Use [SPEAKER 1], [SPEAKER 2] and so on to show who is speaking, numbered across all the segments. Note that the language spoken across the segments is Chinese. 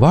[SPEAKER 1] 瓦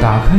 [SPEAKER 1] 打开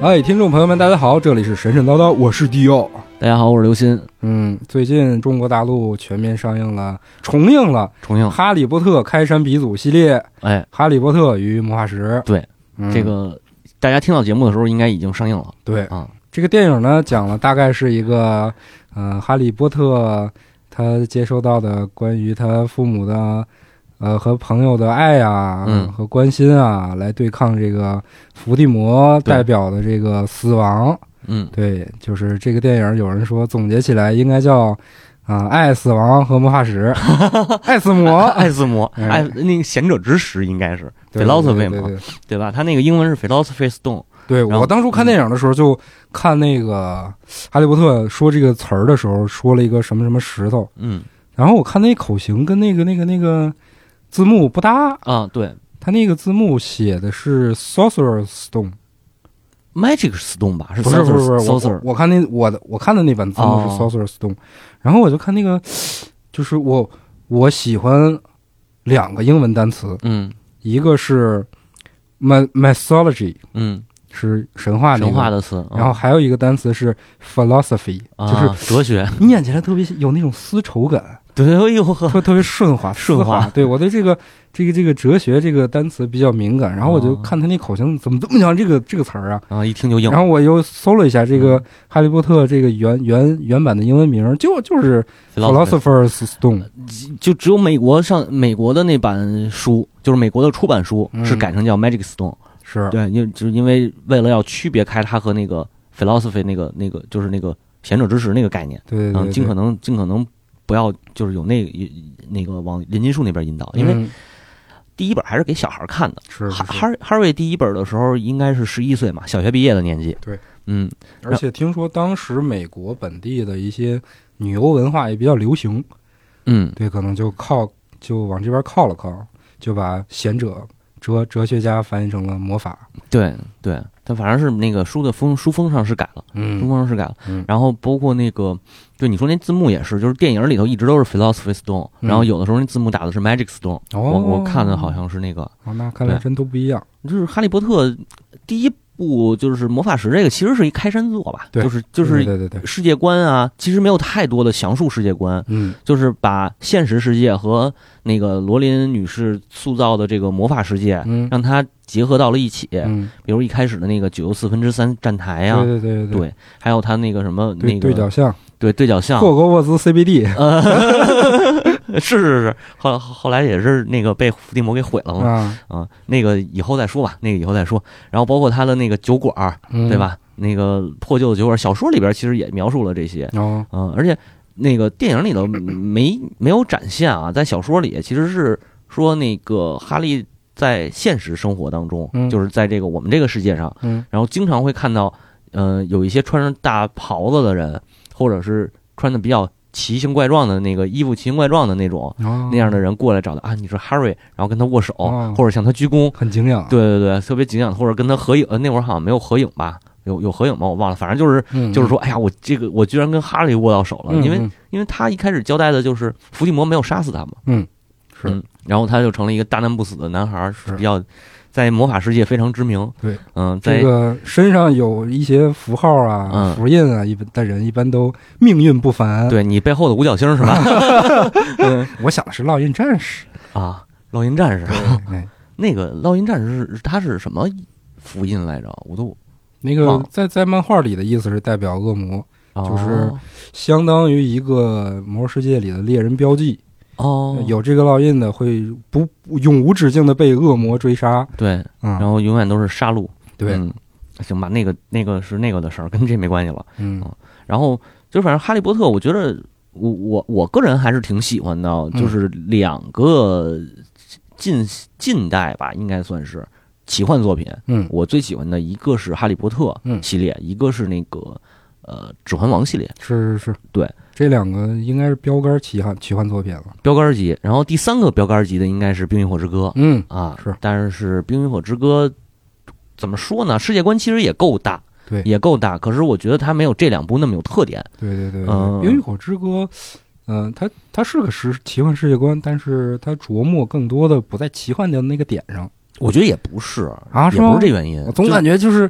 [SPEAKER 1] 哎，听众朋友们，大家好，这里是神神叨叨，我是迪奥。
[SPEAKER 2] 大家好，我是刘鑫，
[SPEAKER 1] 嗯，最近中国大陆全面上映了，重映了
[SPEAKER 2] 重
[SPEAKER 1] 《
[SPEAKER 2] 庆。
[SPEAKER 1] 哈利波特》开山鼻祖系列《
[SPEAKER 2] 哎，
[SPEAKER 1] 哈利波特与魔法石》。
[SPEAKER 2] 对
[SPEAKER 1] 嗯，
[SPEAKER 2] 这个大家听到节目的时候，应该已经上映了。
[SPEAKER 1] 对
[SPEAKER 2] 啊
[SPEAKER 1] 这个电影呢，讲了大概是一个，呃，哈利波特他接收到的关于他父母的，呃，和朋友的爱啊，
[SPEAKER 2] 嗯
[SPEAKER 1] 和关心啊，来对抗这个伏地魔
[SPEAKER 2] 对
[SPEAKER 1] 代表的这个死亡。
[SPEAKER 2] 嗯，
[SPEAKER 1] 对，就是这个电影，有人说总结起来应该叫，啊、爱、死亡和魔法石，爱死魔，
[SPEAKER 2] 爱字母，
[SPEAKER 1] 哎
[SPEAKER 2] 爱那个贤者之石应该是
[SPEAKER 1] 对对对
[SPEAKER 2] philosophy
[SPEAKER 1] 对
[SPEAKER 2] 嘛，对吧？它那个英文是 philosophy stone。
[SPEAKER 1] 对
[SPEAKER 2] 然后嗯
[SPEAKER 1] 我当初看电影的时候，就看那个《哈利波特》说这个词儿的时候，说了一个什么什么石头，
[SPEAKER 2] 嗯
[SPEAKER 1] 然后我看那口型跟那个那个那个字幕不搭，
[SPEAKER 2] 啊，对
[SPEAKER 1] 他那个字幕写的是 Sorcerer's Stone，
[SPEAKER 2] ，magic stone 吧？是
[SPEAKER 1] 不是不是不是，我
[SPEAKER 2] sorcerer
[SPEAKER 1] 我我看那我的我看的那版字幕是
[SPEAKER 2] 哦
[SPEAKER 1] Sorcerer's Stone，、然后我就看那个，就是我我喜欢两个英文单词，
[SPEAKER 2] 嗯
[SPEAKER 1] 一个是 my mythology
[SPEAKER 2] 嗯，
[SPEAKER 1] 是神话那
[SPEAKER 2] 神
[SPEAKER 1] 个
[SPEAKER 2] 话的词，
[SPEAKER 1] 然后还有一个单词是 philosophy，、
[SPEAKER 2] 啊
[SPEAKER 1] 就是
[SPEAKER 2] 哲学，
[SPEAKER 1] 念起来特别有那种丝绸感，
[SPEAKER 2] 对，哎呦呵，
[SPEAKER 1] 特特别顺滑，
[SPEAKER 2] 顺
[SPEAKER 1] 丝滑。
[SPEAKER 2] 滑
[SPEAKER 1] 对我对这个这个这个哲学这个单词比较敏感，然后我就
[SPEAKER 2] 哦
[SPEAKER 1] 看他那口型怎么这么讲这个这个词儿啊，
[SPEAKER 2] 啊，一听就硬
[SPEAKER 1] 然后我又搜了一下这个
[SPEAKER 2] 嗯
[SPEAKER 1] 《哈利波特》这个原原原版的英文名，就就是
[SPEAKER 2] ，philosophy
[SPEAKER 1] Philosopher's Stone，
[SPEAKER 2] 嗯就只有美国上美国的那版书，就是美国的出版书
[SPEAKER 1] 嗯
[SPEAKER 2] 是改成叫 magic stone。
[SPEAKER 1] 是
[SPEAKER 2] 对，因为就是因为为了要区别开它和那个 philosophy 那个那个就是那个贤者之石那个概念，
[SPEAKER 1] 对对
[SPEAKER 2] 嗯，
[SPEAKER 1] 对，
[SPEAKER 2] 尽可
[SPEAKER 1] 能
[SPEAKER 2] 能尽可能不要就是有那那个往炼金术那边引导，因为第一本还是给小孩看的。
[SPEAKER 1] 嗯是
[SPEAKER 2] 哈
[SPEAKER 1] 是
[SPEAKER 2] 哈哈瑞第一本的时候应该是十一岁嘛，小学毕业的年纪。
[SPEAKER 1] 对，
[SPEAKER 2] 嗯，
[SPEAKER 1] 而且听说当时美国本地的一些旅游文化也比较流行，
[SPEAKER 2] 嗯，
[SPEAKER 1] 对，可能就靠就往这边靠了靠，就把贤者哲哲学家翻译成了魔法。
[SPEAKER 2] 对对，但反正是那个书的封书封上是改了，书
[SPEAKER 1] 嗯
[SPEAKER 2] 封上是改了。
[SPEAKER 1] 嗯
[SPEAKER 2] 然后包括那个，对你说那字幕也是，就是电影里头一直都是 philosophy stone，、
[SPEAKER 1] 嗯
[SPEAKER 2] 然后有的时候那字幕打的是 magic stone，、
[SPEAKER 1] 哦，
[SPEAKER 2] 我我看的好像是那个，
[SPEAKER 1] 哦，那看来
[SPEAKER 2] 对
[SPEAKER 1] 真都不一样。
[SPEAKER 2] 就是《哈利波特》第一部就是魔法石这个，其实是一开山作吧，
[SPEAKER 1] 对
[SPEAKER 2] 就是就
[SPEAKER 1] 对
[SPEAKER 2] 是
[SPEAKER 1] 对对对，
[SPEAKER 2] 世界观啊，其实没有太多的详述世界观，
[SPEAKER 1] 嗯
[SPEAKER 2] 就是把现实世界和那个罗琳女士塑造的这个魔法世界，
[SPEAKER 1] 嗯
[SPEAKER 2] 让它结合到了一起，
[SPEAKER 1] 嗯，
[SPEAKER 2] 比如一开始的那个九又四分之三站台哎呀、
[SPEAKER 1] 对对对对
[SPEAKER 2] 对还有他那个什么
[SPEAKER 1] 对
[SPEAKER 2] 那
[SPEAKER 1] 对角
[SPEAKER 2] 个
[SPEAKER 1] 巷，
[SPEAKER 2] 对对角巷，
[SPEAKER 1] 霍格沃兹 CBD
[SPEAKER 2] 是是是，后后来也是那个被伏地魔给毁了嘛，
[SPEAKER 1] 啊，
[SPEAKER 2] 啊，那个以后再说吧，那个以后再说，然后包括他的那个酒馆儿，
[SPEAKER 1] 嗯
[SPEAKER 2] 对？吧？那个破旧的酒馆，小说里边其实也描述了这些，
[SPEAKER 1] 哦，
[SPEAKER 2] 嗯、而且那个电影里头没没有展现啊，在小说里其实是说那个哈利在现实生活当中，
[SPEAKER 1] 嗯
[SPEAKER 2] 就是在这个我们这个世界上，
[SPEAKER 1] 嗯
[SPEAKER 2] 然后经常会看到，呃，有一些穿着大袍子的人，或者是穿的比较奇形怪状的那个衣服奇形怪状的那种
[SPEAKER 1] 哦
[SPEAKER 2] 那样的人过来找他啊，你是 Harry，然后跟他握手，
[SPEAKER 1] 哦
[SPEAKER 2] 或者向他鞠躬，
[SPEAKER 1] 很敬仰，
[SPEAKER 2] 对对对，特别敬仰，或者跟他合影。呃那会儿好像没有合影吧？有有合影吗？我忘了。反正就是
[SPEAKER 1] 嗯，
[SPEAKER 2] 就是说，哎呀，我这个我居然跟哈利握到手了，
[SPEAKER 1] 嗯，
[SPEAKER 2] 因为
[SPEAKER 1] 嗯
[SPEAKER 2] 因为他一开始交代的就是伏地魔没有杀死他嘛，
[SPEAKER 1] 嗯是
[SPEAKER 2] 嗯，然后他就成了一个大难不死的男孩儿，
[SPEAKER 1] 是
[SPEAKER 2] 比较在魔法世界非常知名。
[SPEAKER 1] 对，
[SPEAKER 2] 嗯，在
[SPEAKER 1] 这个身上有一些符号啊、
[SPEAKER 2] 嗯
[SPEAKER 1] 符印啊，一般的人一般都命运不凡。，
[SPEAKER 2] 对你背后的五角星 是吧？嗯
[SPEAKER 1] 我想的是烙印战士。
[SPEAKER 2] 啊，烙印战士，
[SPEAKER 1] 哎，
[SPEAKER 2] 那个烙印战士是它是什么符印来着？我都
[SPEAKER 1] 那
[SPEAKER 2] 忘
[SPEAKER 1] 个
[SPEAKER 2] 了
[SPEAKER 1] 在在漫画里的意思是代表恶魔，就是相当于一个魔兽世界里的猎人标记。呃
[SPEAKER 2] 哦，哦
[SPEAKER 1] 有这个烙印的会不永无止境的被恶魔追杀。
[SPEAKER 2] 对，
[SPEAKER 1] 啊、
[SPEAKER 2] 然后永远都是杀戮。
[SPEAKER 1] 对，
[SPEAKER 2] 哦嗯行吧，那个那个是那个的事儿，跟这没关系了。
[SPEAKER 1] 嗯
[SPEAKER 2] 然后就是反正《哈利波特》，我觉得我我我个人还是挺喜欢的，哦
[SPEAKER 1] 嗯
[SPEAKER 2] 就是两个近近代吧，应该算是奇幻作品。
[SPEAKER 1] 嗯
[SPEAKER 2] 我最喜欢的一个是《哈利波特》
[SPEAKER 1] 嗯
[SPEAKER 2] 系列，一个是那个呃《指环王》系列
[SPEAKER 1] 是是是，
[SPEAKER 2] 对，哦
[SPEAKER 1] 这两个应该是标杆奇幻奇幻作品了。
[SPEAKER 2] 标杆级，然后第三个标杆级的应该是《冰与火之歌》
[SPEAKER 1] 嗯，
[SPEAKER 2] 啊，
[SPEAKER 1] 是，
[SPEAKER 2] 但是《冰与火之歌》怎么说呢？世界观其实也够大，
[SPEAKER 1] 对
[SPEAKER 2] 也够大，可是我觉得它没有这两部那么有特点。
[SPEAKER 1] 对对对，对
[SPEAKER 2] 嗯
[SPEAKER 1] 冰与火之歌》嗯、它它是个实奇幻世界观，但是它琢磨更多的不在奇幻的那个点上。
[SPEAKER 2] 我觉得也不是
[SPEAKER 1] 啊
[SPEAKER 2] 也
[SPEAKER 1] 是吗
[SPEAKER 2] 不是这原因。
[SPEAKER 1] 我总
[SPEAKER 2] 就
[SPEAKER 1] 感觉就是。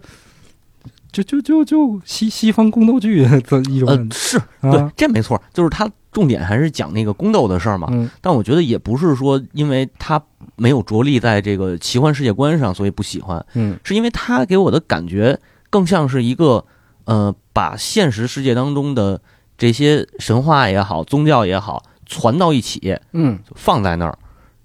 [SPEAKER 1] 就就就就西西方宫斗剧这一种
[SPEAKER 2] 呃
[SPEAKER 1] 感觉
[SPEAKER 2] 是对
[SPEAKER 1] 啊，，
[SPEAKER 2] 这没错，就是它重点还是讲那个宫斗的事儿嘛。
[SPEAKER 1] 嗯
[SPEAKER 2] 但我觉得也不是说因为它没有着力在这个奇幻世界观上，所以不喜欢，
[SPEAKER 1] 嗯
[SPEAKER 2] 是因为它给我的感觉更像是一个呃，把现实世界当中的这些神话也好、宗教也好，攒到一起
[SPEAKER 1] 嗯，
[SPEAKER 2] 放在那儿，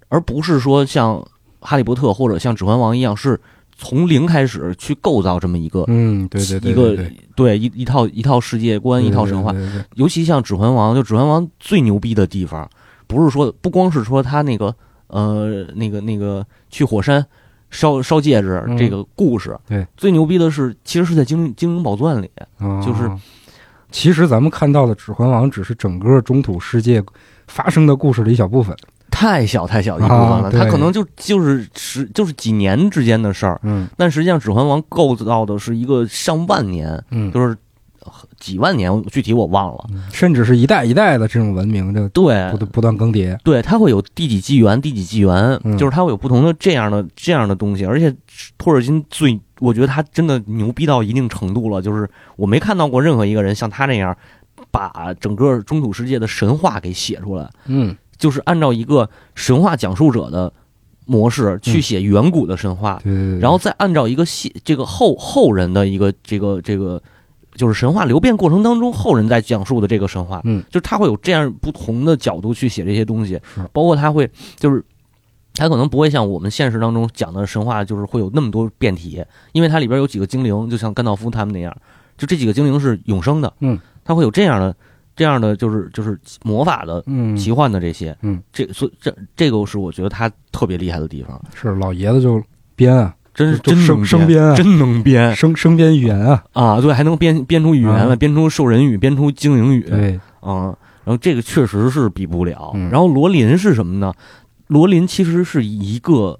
[SPEAKER 2] 而不是说像《哈利波特》或者像《指环王》一样是。从零开始去构造这么一个
[SPEAKER 1] 嗯，对对对，
[SPEAKER 2] 一
[SPEAKER 1] 对
[SPEAKER 2] 个
[SPEAKER 1] 对
[SPEAKER 2] 对一一套一套世界观，一套神话。
[SPEAKER 1] 对对对对
[SPEAKER 2] 尤其像《指环王》，就《指环王》最牛逼的地方，不是说不光是说他那个呃那个那个去火山烧烧戒指
[SPEAKER 1] 嗯
[SPEAKER 2] 这个故事，
[SPEAKER 1] 对，
[SPEAKER 2] 最牛逼的是其实是在精《精灵宝钻》里，
[SPEAKER 1] 啊
[SPEAKER 2] 就是
[SPEAKER 1] 其实咱们看到的《指环王》只是整个中土世界发生的故事的一小部分。
[SPEAKER 2] 太小太小一部分了，
[SPEAKER 1] 啊对
[SPEAKER 2] 它可能就就是十就是几年之间的事儿，
[SPEAKER 1] 嗯
[SPEAKER 2] 但实际上《指环王》构造的是一个上万年，
[SPEAKER 1] 嗯，
[SPEAKER 2] 就是几万年，具体我忘了。
[SPEAKER 1] 甚至是一代一代的这种文明的
[SPEAKER 2] 对
[SPEAKER 1] 不，断不断更迭。
[SPEAKER 2] 对，它会有第几纪元、第几纪元，
[SPEAKER 1] 嗯
[SPEAKER 2] 就是它会有不同的这样的这样的东西。而且托尔金最，我觉得他真的牛逼到一定程度了，就是我没看到过任何一个人像他那样把整个中土世界的神话给写出来，
[SPEAKER 1] 嗯
[SPEAKER 2] 就是按照一个神话讲述者的模式
[SPEAKER 1] 嗯
[SPEAKER 2] 去写远古的神话，
[SPEAKER 1] 对对对对。
[SPEAKER 2] 然后再按照一个系这个后后人的一个这个这个。就是神话流变过程当中，后人在讲述的这个神话，
[SPEAKER 1] 嗯，
[SPEAKER 2] 就是他会有这样不同的角度去写这些东西，
[SPEAKER 1] 是
[SPEAKER 2] 包括他会就是。他可能不会像我们现实当中讲的神话，就是会有那么多变体，因为它里边有几个精灵，就像甘道夫他们那样，就这几个精灵是永生的，
[SPEAKER 1] 嗯，
[SPEAKER 2] 他会有这样的、这样的，就是就是魔法的、
[SPEAKER 1] 嗯，
[SPEAKER 2] 奇幻的这些，
[SPEAKER 1] 嗯，
[SPEAKER 2] 这所以这这个是我觉得他特别厉害的地方，
[SPEAKER 1] 是老爷子就编啊，
[SPEAKER 2] 真是
[SPEAKER 1] 就
[SPEAKER 2] 真能
[SPEAKER 1] 生生编啊
[SPEAKER 2] 真能编
[SPEAKER 1] 生生编语言啊，
[SPEAKER 2] 啊，对，还能编编出语言来，编出兽人语，编出精灵语，
[SPEAKER 1] 对，
[SPEAKER 2] 嗯，然后这个确实是比不了。
[SPEAKER 1] 嗯
[SPEAKER 2] 然后罗琳是什么呢？罗琳其实是一个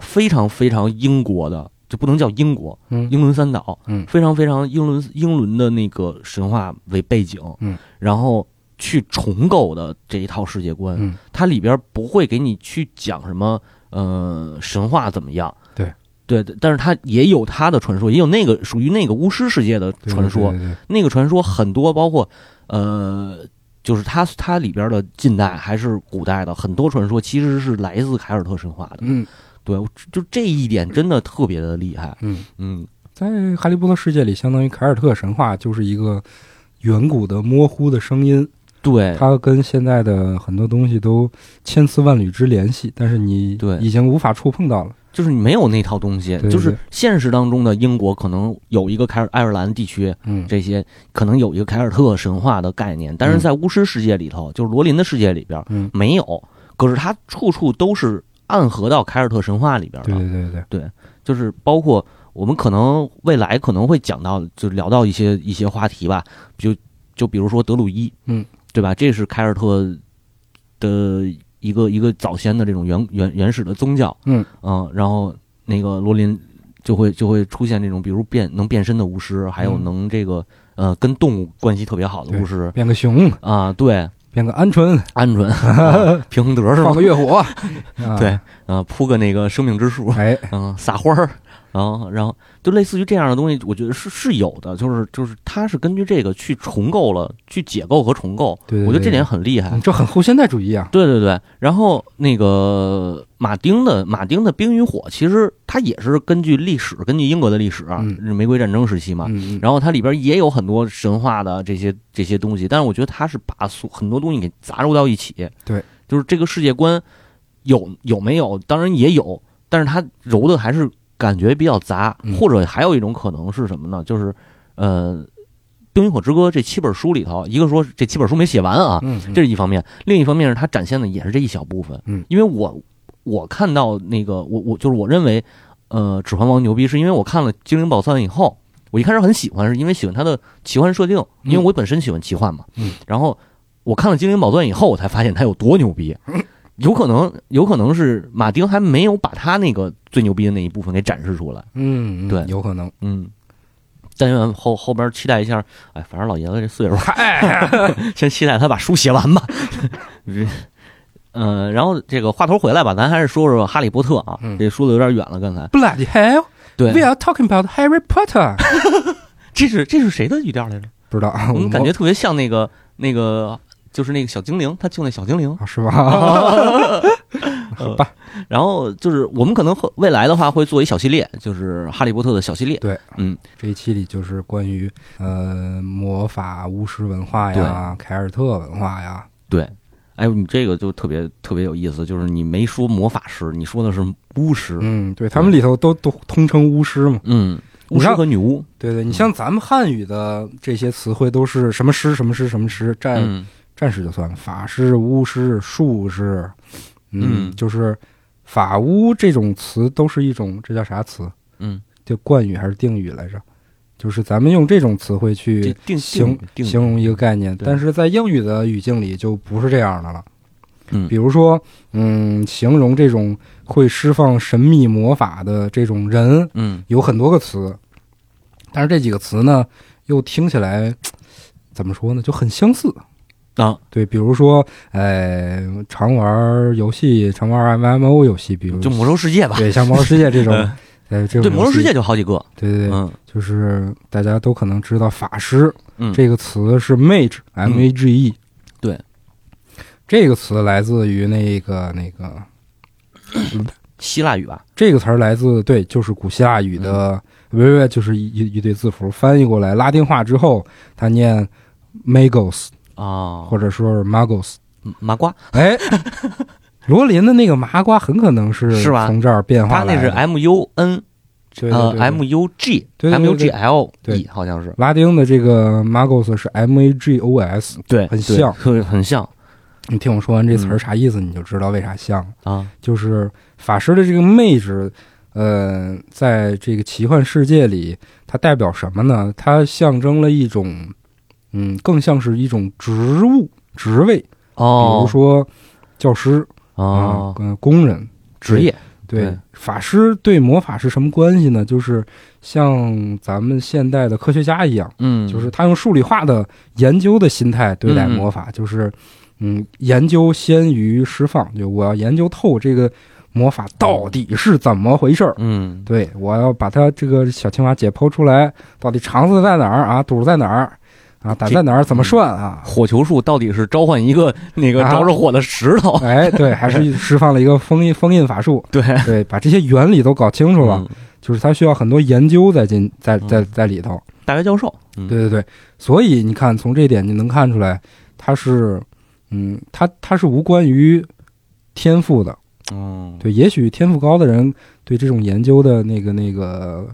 [SPEAKER 2] 非常非常英国的，就不能叫英国，
[SPEAKER 1] 嗯
[SPEAKER 2] 英伦三岛，
[SPEAKER 1] 嗯
[SPEAKER 2] 非常非常英伦英伦的那个神话为背景，
[SPEAKER 1] 嗯，
[SPEAKER 2] 然后去重构的这一套世界观，
[SPEAKER 1] 嗯
[SPEAKER 2] 它里边不会给你去讲什么呃神话怎么样，
[SPEAKER 1] 对。
[SPEAKER 2] 对，但是它也有它的传说，也有那个属于那个巫师世界的
[SPEAKER 1] 对
[SPEAKER 2] 传说，
[SPEAKER 1] 对对对
[SPEAKER 2] 那个传说很多，包括呃，就是它它里边的近代还是古代的很多传说，其实是来自凯尔特神话的。
[SPEAKER 1] 嗯
[SPEAKER 2] 对，我就这一点真的特别的厉害。
[SPEAKER 1] 嗯，
[SPEAKER 2] 嗯，
[SPEAKER 1] 在《哈利波特》世界里，相当于凯尔特神话就是一个远古的模糊的声音，
[SPEAKER 2] 对，
[SPEAKER 1] 它跟现在的很多东西都千丝万缕之联系，但是你
[SPEAKER 2] 对
[SPEAKER 1] 已经无法触碰到了。
[SPEAKER 2] 就是你没有那套东西，
[SPEAKER 1] 对
[SPEAKER 2] 就是
[SPEAKER 1] 对
[SPEAKER 2] 现实当中的英国可能有一个凯尔爱尔兰地区，
[SPEAKER 1] 嗯，
[SPEAKER 2] 这些可能有一个凯尔特神话的概念，但是
[SPEAKER 1] 嗯
[SPEAKER 2] 在巫师世界里头，就是罗琳的世界里边
[SPEAKER 1] 嗯
[SPEAKER 2] 没有，可是它处处都是暗合到凯尔特神话里边的
[SPEAKER 1] 对。对对对，
[SPEAKER 2] 就是包括我们可能未来可能会讲到，就聊到一些一些话题吧，就就比如说德鲁伊，
[SPEAKER 1] 嗯，
[SPEAKER 2] 对吧？这是凯尔特的一个一个早先的这种原原原始的宗教，呃
[SPEAKER 1] 嗯
[SPEAKER 2] 然后那个罗琳就会就会出现这种，比如变能变身的巫师，还有
[SPEAKER 1] 嗯
[SPEAKER 2] 能这个呃跟动物关系特别好的
[SPEAKER 1] 对
[SPEAKER 2] 巫师
[SPEAKER 1] 变个熊，
[SPEAKER 2] 啊，对，
[SPEAKER 1] 变个鹌鹑，
[SPEAKER 2] 鹌 鹑、啊平衡 德是
[SPEAKER 1] 放
[SPEAKER 2] 吗
[SPEAKER 1] 个？月火，啊
[SPEAKER 2] 对，啊，铺个那个生命之树，
[SPEAKER 1] 哎，
[SPEAKER 2] 嗯，撒花儿，然后然后就类似于这样的东西，我觉得是是有的，就是就是它是根据这个去重构了，去解构和重构，
[SPEAKER 1] 对对
[SPEAKER 2] 我觉得这
[SPEAKER 1] 对
[SPEAKER 2] 点很厉害
[SPEAKER 1] 嗯。这很后现代主义啊，
[SPEAKER 2] 对对对，然后那个马丁的马丁的《冰与火》，其实它也是根据历史，根据英国的历史啊，
[SPEAKER 1] 嗯
[SPEAKER 2] 是玫瑰战争时期嘛，
[SPEAKER 1] 嗯，嗯
[SPEAKER 2] 然后它里边也有很多神话的这些这些东西，但是我觉得它是把所很多东西给杂糅到一起。
[SPEAKER 1] 对，
[SPEAKER 2] 就是这个世界观有有没有？当然也有，但是它揉的还是感觉比较杂。
[SPEAKER 1] 嗯
[SPEAKER 2] 或者还有一种可能是什么呢？就是呃，《冰与火之歌》这七本书里头，一个说这七本书没写完啊，
[SPEAKER 1] 嗯，嗯
[SPEAKER 2] 这是一方面；另一方面是它展现的也是这一小部分。
[SPEAKER 1] 嗯
[SPEAKER 2] 因为我我看到那个我我就是我认为，呃，《指环王》牛逼，是因为我看了《精灵宝钻》以后，我一开始很喜欢，是因为喜欢它的奇幻设定，因为我本身喜欢奇幻嘛。
[SPEAKER 1] 嗯。
[SPEAKER 2] 然后我看了《精灵宝钻》以后，我才发现它有多牛逼。
[SPEAKER 1] 嗯
[SPEAKER 2] 有可能，有可能是马丁还没有把他那个最牛逼的那一部分给展示出来。
[SPEAKER 1] 嗯，嗯
[SPEAKER 2] 对
[SPEAKER 1] 有可能，
[SPEAKER 2] 嗯，但愿后后边期待一下。哎，反正老爷子这岁数， 先期待他把书写完吧。 嗯、呃，然后这个话头回来吧，咱还是说说《哈利波特》啊，
[SPEAKER 1] 嗯
[SPEAKER 2] 这说的有点远了。刚才
[SPEAKER 1] Bloody hell!
[SPEAKER 2] 对啊
[SPEAKER 1] We，are talking about Harry Potter.
[SPEAKER 2] 这是这是谁的语调来着？
[SPEAKER 1] 不知道，
[SPEAKER 2] 我们
[SPEAKER 1] 我
[SPEAKER 2] 感觉特别像那个那个，就是那个小精灵，他救那小精 灵。
[SPEAKER 1] 啊是吧？
[SPEAKER 2] 好
[SPEAKER 1] 吧。
[SPEAKER 2] 然后就是我们可能会未来的话会做一小系列，就是《哈利波特》的小系列。
[SPEAKER 1] 对，
[SPEAKER 2] 嗯，
[SPEAKER 1] 这一期里就是关于呃魔法巫师文化呀、凯尔特文化呀，
[SPEAKER 2] 对。哎，你这个就特别特别有意思，就是你没说魔法师，你说的是巫师。
[SPEAKER 1] 嗯，对他们里头都都通称巫师嘛。
[SPEAKER 2] 嗯，
[SPEAKER 1] 你
[SPEAKER 2] 巫师
[SPEAKER 1] 让
[SPEAKER 2] 和女巫。
[SPEAKER 1] 对对，你像咱们汉语的这些词汇都是什么师、什么师、什么师，战
[SPEAKER 2] 嗯，
[SPEAKER 1] 战士就算了，法师、巫师、术士，嗯，
[SPEAKER 2] 嗯
[SPEAKER 1] 就是法巫这种词都是一种这叫啥词？
[SPEAKER 2] 嗯，
[SPEAKER 1] 叫冠语还是定语来着？就是咱们用这种词汇
[SPEAKER 2] 这
[SPEAKER 1] 去
[SPEAKER 2] 嗯定
[SPEAKER 1] 形
[SPEAKER 2] 定
[SPEAKER 1] 形容一个概念，
[SPEAKER 2] 对
[SPEAKER 1] 但是在英语的语境里就不是这样的了。
[SPEAKER 2] 嗯
[SPEAKER 1] 比如说，嗯，形容这种会释放神秘魔法的这种人，
[SPEAKER 2] 嗯
[SPEAKER 1] 有很多个词，但是这几个词呢，又听起来怎么说呢，就很相似。
[SPEAKER 2] 啊
[SPEAKER 1] 对，比如说，呃，常玩游戏，常玩 MMO 游戏，比如
[SPEAKER 2] 就魔兽世界吧。
[SPEAKER 1] 对像《魔兽世界》这种，
[SPEAKER 2] 嗯
[SPEAKER 1] 呃，这种
[SPEAKER 2] 对，魔兽世界
[SPEAKER 1] 游戏，
[SPEAKER 2] 就好几个。
[SPEAKER 1] 对对对，
[SPEAKER 2] 嗯
[SPEAKER 1] 就是大家都可能知道法师
[SPEAKER 2] 嗯，
[SPEAKER 1] 这个词是 mage，m a g e，
[SPEAKER 2] 对，
[SPEAKER 1] 这个词来自于那个那个
[SPEAKER 2] 希腊语吧。
[SPEAKER 1] 这个词儿来自对，就是古希腊语
[SPEAKER 2] 嗯
[SPEAKER 1] 的，不不不，就是一一一堆字符翻译过来拉丁化之后，它念 magos
[SPEAKER 2] 啊，
[SPEAKER 1] 或者说是 magos。
[SPEAKER 2] 嗯麻瓜，
[SPEAKER 1] 哎， 罗琳的那个麻瓜很可能是
[SPEAKER 2] 是吧
[SPEAKER 1] 从这儿变化
[SPEAKER 2] 它那
[SPEAKER 1] 来
[SPEAKER 2] 是
[SPEAKER 1] 的。
[SPEAKER 2] M U N
[SPEAKER 1] 对对
[SPEAKER 2] 呃
[SPEAKER 1] 对对
[SPEAKER 2] M U G
[SPEAKER 1] 对对
[SPEAKER 2] M
[SPEAKER 1] 对
[SPEAKER 2] U
[SPEAKER 1] 对
[SPEAKER 2] G L
[SPEAKER 1] 对
[SPEAKER 2] E 好像是。
[SPEAKER 1] 拉丁的这个 magos 是 m a g o s。
[SPEAKER 2] 对，
[SPEAKER 1] 很
[SPEAKER 2] 对
[SPEAKER 1] 像
[SPEAKER 2] 很很像
[SPEAKER 1] 你听我说完这
[SPEAKER 2] 嗯
[SPEAKER 1] 词儿啥意思，你就知道为啥像了。
[SPEAKER 2] 啊。
[SPEAKER 1] 就是法师的这个妹子，呃，在这个奇幻世界里，它代表什么呢？它象征了一种，嗯，更像是一种职务、职位，比
[SPEAKER 2] 哦，
[SPEAKER 1] 如说教师啊
[SPEAKER 2] 哦，，
[SPEAKER 1] 嗯、工人。
[SPEAKER 2] 职业
[SPEAKER 1] 对，
[SPEAKER 2] 对
[SPEAKER 1] 法师对魔法是什么关系呢？就是像咱们现代的科学家一样，
[SPEAKER 2] 嗯，
[SPEAKER 1] 就是他用数理化的研究的心态对待魔法，就是嗯，研究先于释放，就我要研究透这个魔法到底是怎么回事儿。
[SPEAKER 2] 嗯
[SPEAKER 1] 对，我要把它这个小青蛙解剖出来，到底肠子在哪儿啊？肚儿在哪儿啊？胆在哪儿？怎
[SPEAKER 2] 嗯
[SPEAKER 1] 么涮啊？
[SPEAKER 2] 火球术到底是召唤一个那个
[SPEAKER 1] 啊
[SPEAKER 2] 着着火的石头？
[SPEAKER 1] 哎，对，还 是释放了一个封印封印法术，
[SPEAKER 2] 对，
[SPEAKER 1] 对，把这些原理都搞清楚了，
[SPEAKER 2] 嗯
[SPEAKER 1] 就是它需要很多研究在进在在在里头。
[SPEAKER 2] 大学教授。嗯
[SPEAKER 1] 对对对，所以你看，从这一点就能看出来，他是，嗯，他他是无关于天赋的。
[SPEAKER 2] 嗯，
[SPEAKER 1] 对，也许天赋高的人对这种研究的那个那个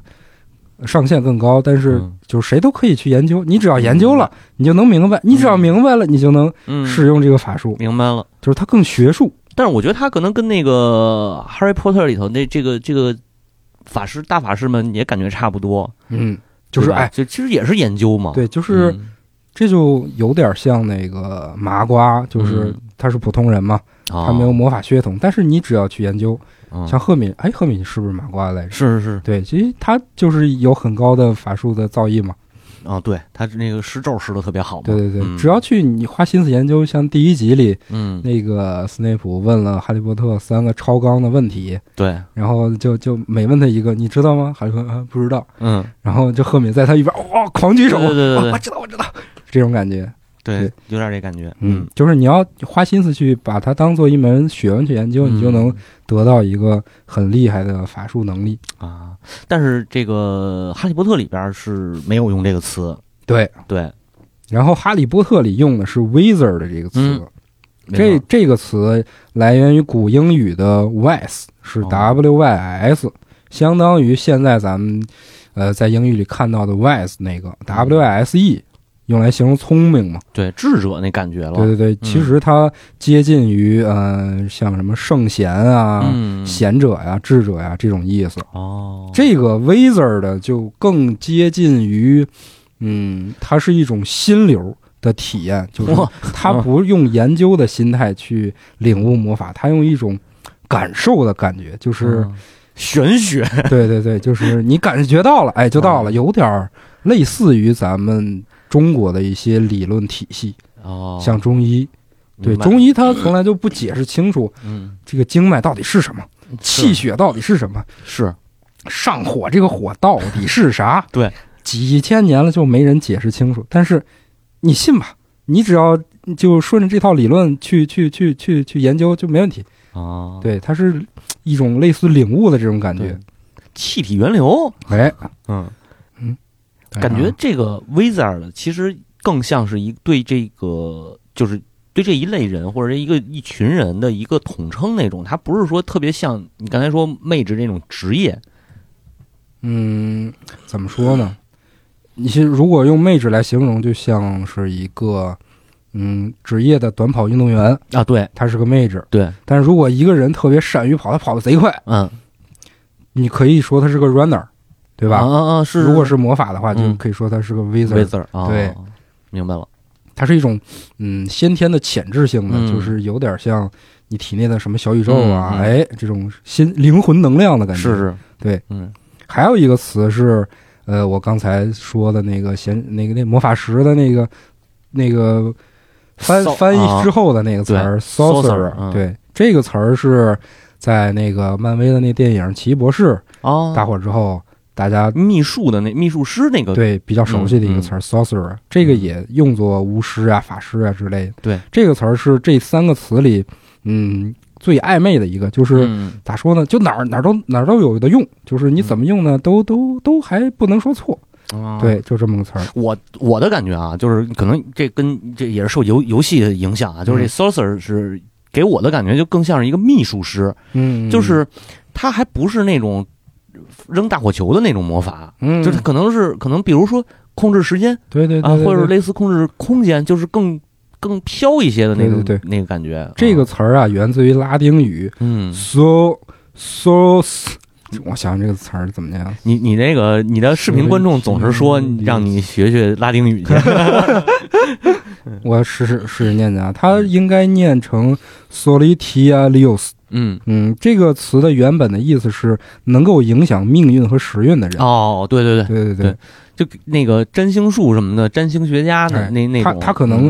[SPEAKER 1] 上限更高，但是
[SPEAKER 2] 嗯
[SPEAKER 1] 就是谁都可以去研究，你只要研究了，你就能明白，你只要明白了，你就能
[SPEAKER 2] 嗯，
[SPEAKER 1] 使用这个法术，
[SPEAKER 2] 明白了。
[SPEAKER 1] 就是它更学术。
[SPEAKER 2] 但是我觉得他可能跟那个《哈利波特》里头那这个这个法师大法师们也感觉差不多，
[SPEAKER 1] 嗯，就是
[SPEAKER 2] 对吧
[SPEAKER 1] 哎，
[SPEAKER 2] 就其实也是研究嘛，
[SPEAKER 1] 对，就
[SPEAKER 2] 嗯，
[SPEAKER 1] 是这就有点像那个麻瓜，就是
[SPEAKER 2] 嗯哦
[SPEAKER 1] 他是普通人嘛，
[SPEAKER 2] 他
[SPEAKER 1] 他没有魔法血统，但是你只要去研究。像
[SPEAKER 2] 像
[SPEAKER 1] 赫敏，哎，赫敏是不是麻瓜来着？
[SPEAKER 2] 哦嗯是是是，
[SPEAKER 1] 对，其实他就是有很高的法术的造诣嘛。
[SPEAKER 2] 啊，对他那个施咒施的特别好嘛，
[SPEAKER 1] 对对对，
[SPEAKER 2] 嗯
[SPEAKER 1] 只要去你花心思研究，像第一集里
[SPEAKER 2] 嗯，
[SPEAKER 1] 那个斯内普问了哈利波特三个超纲的问题，
[SPEAKER 2] 对，
[SPEAKER 1] 然后就就每问他一个，你知道吗？哈利波特啊不知道，
[SPEAKER 2] 嗯，
[SPEAKER 1] 然后就赫敏在他一边哇、狂举手，
[SPEAKER 2] 对对对 对
[SPEAKER 1] 啊我知道我知道，这种感觉，
[SPEAKER 2] 对
[SPEAKER 1] 对，
[SPEAKER 2] 有点这感觉，
[SPEAKER 1] 嗯，就是你要花心思去把它当做一门学问去研
[SPEAKER 2] 嗯
[SPEAKER 1] 究，你就能得到一个很厉害的法术能力。
[SPEAKER 2] 啊。但是这个《哈利波特》里边是没有用这个词，
[SPEAKER 1] 对，
[SPEAKER 2] 对，
[SPEAKER 1] 然后《哈利波特》里用的是 wizard 的这个词，
[SPEAKER 2] 嗯没
[SPEAKER 1] 这
[SPEAKER 2] 错
[SPEAKER 1] 这个词来源于古英语的 wise，是
[SPEAKER 2] 哦
[SPEAKER 1] W Y S，、相当于现在咱们呃在英语里看到的 wise 那
[SPEAKER 2] 嗯
[SPEAKER 1] 个 W I S E，用来形容聪明嘛。
[SPEAKER 2] 对智者那感觉了，
[SPEAKER 1] 对对对，其实它接近于呃像什么圣贤啊、
[SPEAKER 2] 嗯，
[SPEAKER 1] 贤者呀、智者呀这种意思。
[SPEAKER 2] 哦，
[SPEAKER 1] 这个 wizard 的就更接近于，嗯，它是一种心流的体验，就是
[SPEAKER 2] 哇
[SPEAKER 1] 他不用研究的心态去领悟魔法，他用一种感受的感觉，就是、
[SPEAKER 2] 嗯玄学，
[SPEAKER 1] 对对对，就是你感觉到了，哎，就到
[SPEAKER 2] 嗯
[SPEAKER 1] 了，有点儿类似于咱们中国的一些理论体系，
[SPEAKER 2] 哦，
[SPEAKER 1] 像中医。对
[SPEAKER 2] 明白
[SPEAKER 1] 中医，他从来就不解释清楚
[SPEAKER 2] 嗯，
[SPEAKER 1] 这个经脉到底是什么，气血到底是什么，
[SPEAKER 2] 是
[SPEAKER 1] 上火这个火到底是啥？
[SPEAKER 2] 对，
[SPEAKER 1] 几千年了就没人解释清楚。但是你信吧，你只要就顺着这套理论去去去去去研究就没问题。
[SPEAKER 2] 啊，
[SPEAKER 1] 对，它是一种类似领悟的这种感觉。
[SPEAKER 2] 气体源流，
[SPEAKER 1] 哎，
[SPEAKER 2] 嗯，
[SPEAKER 1] 对啊
[SPEAKER 2] 感觉这个 wizard 其实更像是一对这个就是。对这一类人或者一个一群人的一个统称那种，它不是说特别像你刚才说妹纸这种职业，
[SPEAKER 1] 嗯，怎么说呢？你是如果用妹纸来形容，就像是一个嗯职业的短跑运动员，
[SPEAKER 2] 啊，对
[SPEAKER 1] 他是个妹纸。
[SPEAKER 2] 对，
[SPEAKER 1] 但是如果一个人特别善于跑，他跑得贼快，
[SPEAKER 2] 嗯，
[SPEAKER 1] 你可以说他是个 runner，对吧？
[SPEAKER 2] 啊啊是，
[SPEAKER 1] 如果是魔法的话，就
[SPEAKER 2] 嗯
[SPEAKER 1] 可以说它是个 wizard，、
[SPEAKER 2] V 字儿啊，
[SPEAKER 1] 对，
[SPEAKER 2] 明白了，
[SPEAKER 1] 它是一种嗯先天的潜质性的，
[SPEAKER 2] 嗯
[SPEAKER 1] 就是有点像你体内的什么小宇宙啊，
[SPEAKER 2] 嗯嗯
[SPEAKER 1] 哎，这种心灵魂能量的感觉。
[SPEAKER 2] 是。是，
[SPEAKER 1] 对，
[SPEAKER 2] 嗯
[SPEAKER 1] 还有一个词是，呃，我刚才说的那个贤那个那魔法石的那个那个翻
[SPEAKER 2] Sau-
[SPEAKER 1] 翻译之后的那个词儿
[SPEAKER 2] 啊对
[SPEAKER 1] sorcerer，、
[SPEAKER 2] 嗯
[SPEAKER 1] 对，这个词儿是在那个漫威的那电影《奇异博士》
[SPEAKER 2] 哦，
[SPEAKER 1] 大火之后，大家
[SPEAKER 2] 秘术的那秘术师那个，
[SPEAKER 1] 对比较熟悉的一
[SPEAKER 2] 嗯
[SPEAKER 1] 个词儿、sorcerer，这个也用作巫师啊、法师啊之类的。
[SPEAKER 2] 对，
[SPEAKER 1] 这个词儿是这三个词里，嗯，最暧昧的一个，就是、
[SPEAKER 2] 嗯
[SPEAKER 1] 咋说呢？就哪儿哪儿都哪儿都有的用，就是你怎么用呢？都都都还不能说错。
[SPEAKER 2] 啊
[SPEAKER 1] 对，就这么个词 儿。
[SPEAKER 2] 我我的感觉啊，就是可能这跟这也是受游游戏的影响
[SPEAKER 1] 嗯
[SPEAKER 2] 啊，就是这 sorcerer 是给我的感觉就更像是一个秘术师，
[SPEAKER 1] 嗯，
[SPEAKER 2] 就是他还不是那种扔大火球的那种魔法，
[SPEAKER 1] 嗯，
[SPEAKER 2] 就是可能是可能比如说控制时间
[SPEAKER 1] 对对对
[SPEAKER 2] 啊，
[SPEAKER 1] 对对
[SPEAKER 2] 或者是类似控制空间，就是更更飘一些的那种
[SPEAKER 1] 对对
[SPEAKER 2] 那个感觉，
[SPEAKER 1] 这个
[SPEAKER 2] 啊
[SPEAKER 1] 词儿啊，源自于拉丁语
[SPEAKER 2] 嗯。
[SPEAKER 1] so so。我想想这个词儿怎么念啊？
[SPEAKER 2] 你你那个你的视频观众总是说
[SPEAKER 1] 嗯
[SPEAKER 2] 让你学学拉 丁语去，嗯
[SPEAKER 1] 我试试试着念念啊，它应该念成 solitarius。
[SPEAKER 2] 嗯，
[SPEAKER 1] 嗯，这个词的原本的意思是能够影响命运和时运的人。
[SPEAKER 2] 哦，对对对，
[SPEAKER 1] 对对
[SPEAKER 2] 对就那个占星术什么的，占星学家那
[SPEAKER 1] 哎
[SPEAKER 2] 那那
[SPEAKER 1] 他
[SPEAKER 2] 种，
[SPEAKER 1] 他可能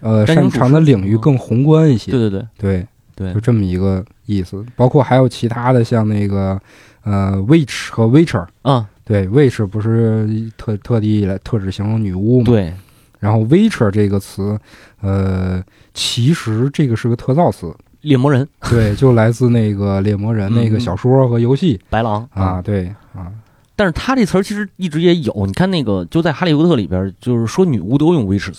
[SPEAKER 2] 嗯
[SPEAKER 1] 呃，
[SPEAKER 2] 占星
[SPEAKER 1] 擅
[SPEAKER 2] 术
[SPEAKER 1] 长的领域
[SPEAKER 2] 嗯
[SPEAKER 1] 更宏观一些。
[SPEAKER 2] 对对对
[SPEAKER 1] 对
[SPEAKER 2] 对
[SPEAKER 1] 就，这么一个意思。包括还有其他的，像那个呃，witch 和 witcher。
[SPEAKER 2] 啊，
[SPEAKER 1] 对，witch 不是特特地来特指形容女巫嘛？
[SPEAKER 2] 对，
[SPEAKER 1] 然后 witcher 这个词，呃，其实这个是个特造 词，
[SPEAKER 2] 猎魔人、
[SPEAKER 1] 对，就来自那个猎魔人那个
[SPEAKER 2] 嗯
[SPEAKER 1] 小说和游戏
[SPEAKER 2] 白狼
[SPEAKER 1] 啊，。对啊，
[SPEAKER 2] 但是他这词儿其实一直也有，你看那个就在《哈利波特》里边，就是说女巫都用 witches，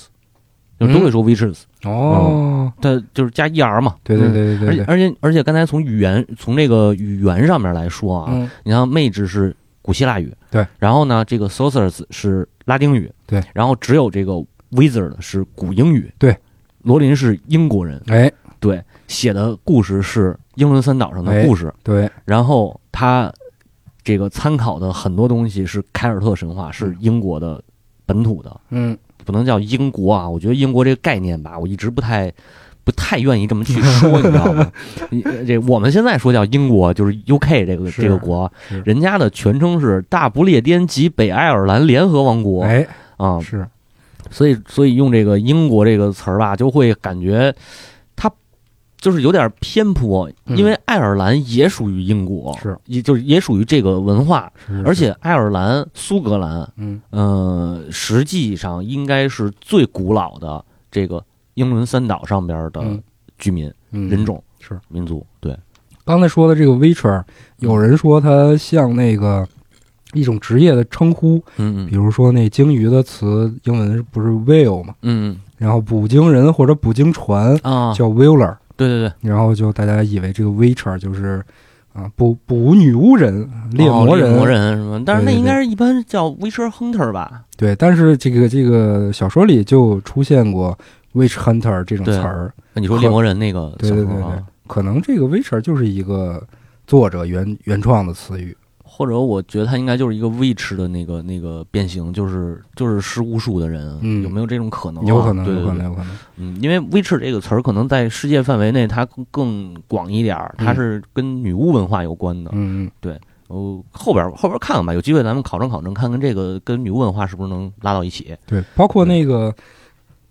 [SPEAKER 2] 就
[SPEAKER 1] 嗯
[SPEAKER 2] 都会说 witches，
[SPEAKER 1] 哦，
[SPEAKER 2] 它就是加 er 嘛。
[SPEAKER 1] 对对
[SPEAKER 2] 嗯。
[SPEAKER 1] 对对
[SPEAKER 2] 而
[SPEAKER 1] 对
[SPEAKER 2] 且
[SPEAKER 1] 对，
[SPEAKER 2] 而且而且，刚才从语言从这个语言上面来说啊，
[SPEAKER 1] 嗯。
[SPEAKER 2] 你像 mage 是古希腊语，
[SPEAKER 1] 对，
[SPEAKER 2] 然后呢，这个 sorcerers 是拉丁语，
[SPEAKER 1] 对，
[SPEAKER 2] 然后只有这个 wizard 是古英语，
[SPEAKER 1] 对，
[SPEAKER 2] 罗琳是英国人，
[SPEAKER 1] 哎，
[SPEAKER 2] 对，写的故事是英伦三岛上的
[SPEAKER 1] 哎
[SPEAKER 2] 故事，
[SPEAKER 1] 对，
[SPEAKER 2] 然后他这个参考的很多东西是凯尔特神话，是英国的本土的，
[SPEAKER 1] 嗯，
[SPEAKER 2] 不能叫英国啊，我觉得英国这个概念吧，我一直不太。不太愿意这么去说，你知道 吗？你这我们现在说叫英国，就是 UK 这个
[SPEAKER 1] 是
[SPEAKER 2] 这个国啊，
[SPEAKER 1] 是
[SPEAKER 2] 人家的全称是大不列颠及北爱尔兰联合王国、
[SPEAKER 1] 哎，
[SPEAKER 2] 啊、
[SPEAKER 1] 是
[SPEAKER 2] 所以所以用这个英国这个词儿吧，就会感觉它就是有点偏颇，
[SPEAKER 1] 嗯
[SPEAKER 2] 因为爱尔兰也属于英国，
[SPEAKER 1] 是
[SPEAKER 2] 也就是也属于这个文化，
[SPEAKER 1] 是，
[SPEAKER 2] 而且爱尔兰、苏格兰，
[SPEAKER 1] 嗯
[SPEAKER 2] 呃，实际上应该是最古老的这个英伦三岛上边的
[SPEAKER 1] 嗯
[SPEAKER 2] 居民、
[SPEAKER 1] 嗯
[SPEAKER 2] 人种
[SPEAKER 1] 是
[SPEAKER 2] 民族，对，
[SPEAKER 1] 刚才说的这个 Witcher，有人说它像那个一种职业的称呼，
[SPEAKER 2] 嗯
[SPEAKER 1] 比如说那鲸鱼的词，英文不是 whale 嘛，
[SPEAKER 2] 嗯
[SPEAKER 1] 然后捕鲸人或者捕鲸船
[SPEAKER 2] 嗯啊，
[SPEAKER 1] 叫 whaler，
[SPEAKER 2] 对对对，
[SPEAKER 1] 然后就大家以为这个 Witcher 就是啊捕捕女巫人、猎
[SPEAKER 2] 哦
[SPEAKER 1] 魔
[SPEAKER 2] 猎
[SPEAKER 1] 人，
[SPEAKER 2] 魔人什么，但是那
[SPEAKER 1] 对对对
[SPEAKER 2] 应该是一般叫 Witcher Hunter 吧，
[SPEAKER 1] 对，但是这个这个小说里就出现过 witch hunter 这种词儿，
[SPEAKER 2] 那你说猎魔人那个
[SPEAKER 1] 对
[SPEAKER 2] 小
[SPEAKER 1] 对
[SPEAKER 2] 说
[SPEAKER 1] 对
[SPEAKER 2] 啊
[SPEAKER 1] 对，可能这个 witcher 就是一个作者原原创的词语，
[SPEAKER 2] 或者我觉得他应该就是一个 witch 的那个那个变形，就是就是施巫术的人，
[SPEAKER 1] 嗯
[SPEAKER 2] 有没有这种可能啊、
[SPEAKER 1] 有可能，
[SPEAKER 2] 对
[SPEAKER 1] 有可，能，
[SPEAKER 2] 对对
[SPEAKER 1] 有可能，
[SPEAKER 2] 嗯，因为 witch 这个词儿可能在世界范围内它更更广一点儿，它
[SPEAKER 1] 嗯
[SPEAKER 2] 是跟女巫文化有关的。
[SPEAKER 1] 嗯嗯，
[SPEAKER 2] 哦，后边后边看看吧，有机会咱们考证考证，看看这个跟女巫文化是不是能拉到一起。
[SPEAKER 1] 对，包括那个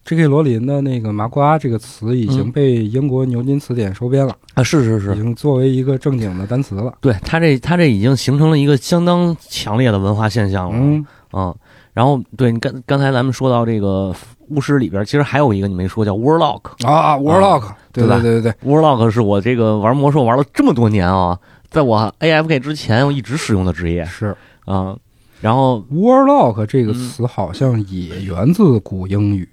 [SPEAKER 1] J.K. 罗琳的那个“麻瓜”这个词已经
[SPEAKER 2] 嗯
[SPEAKER 1] 被英国牛津词典收编了，
[SPEAKER 2] 啊，是是
[SPEAKER 1] 已，经作为一个正经的单词了，
[SPEAKER 2] 对它这它这已经形成了一个相当强烈的文化现象了。
[SPEAKER 1] 嗯
[SPEAKER 2] 嗯，然后对你刚刚才咱们说到这个巫师里边，其实还有一个你没说叫 warlock，
[SPEAKER 1] 啊，warlock，对
[SPEAKER 2] 哦对吧
[SPEAKER 1] 对对对，
[SPEAKER 2] Warlock 是我这个玩魔兽玩了这么多年啊，在我 AFK 之前，我一直使用的职业
[SPEAKER 1] 是
[SPEAKER 2] 啊。然后
[SPEAKER 1] warlock 这个
[SPEAKER 2] 嗯
[SPEAKER 1] 词好像也源自古英语。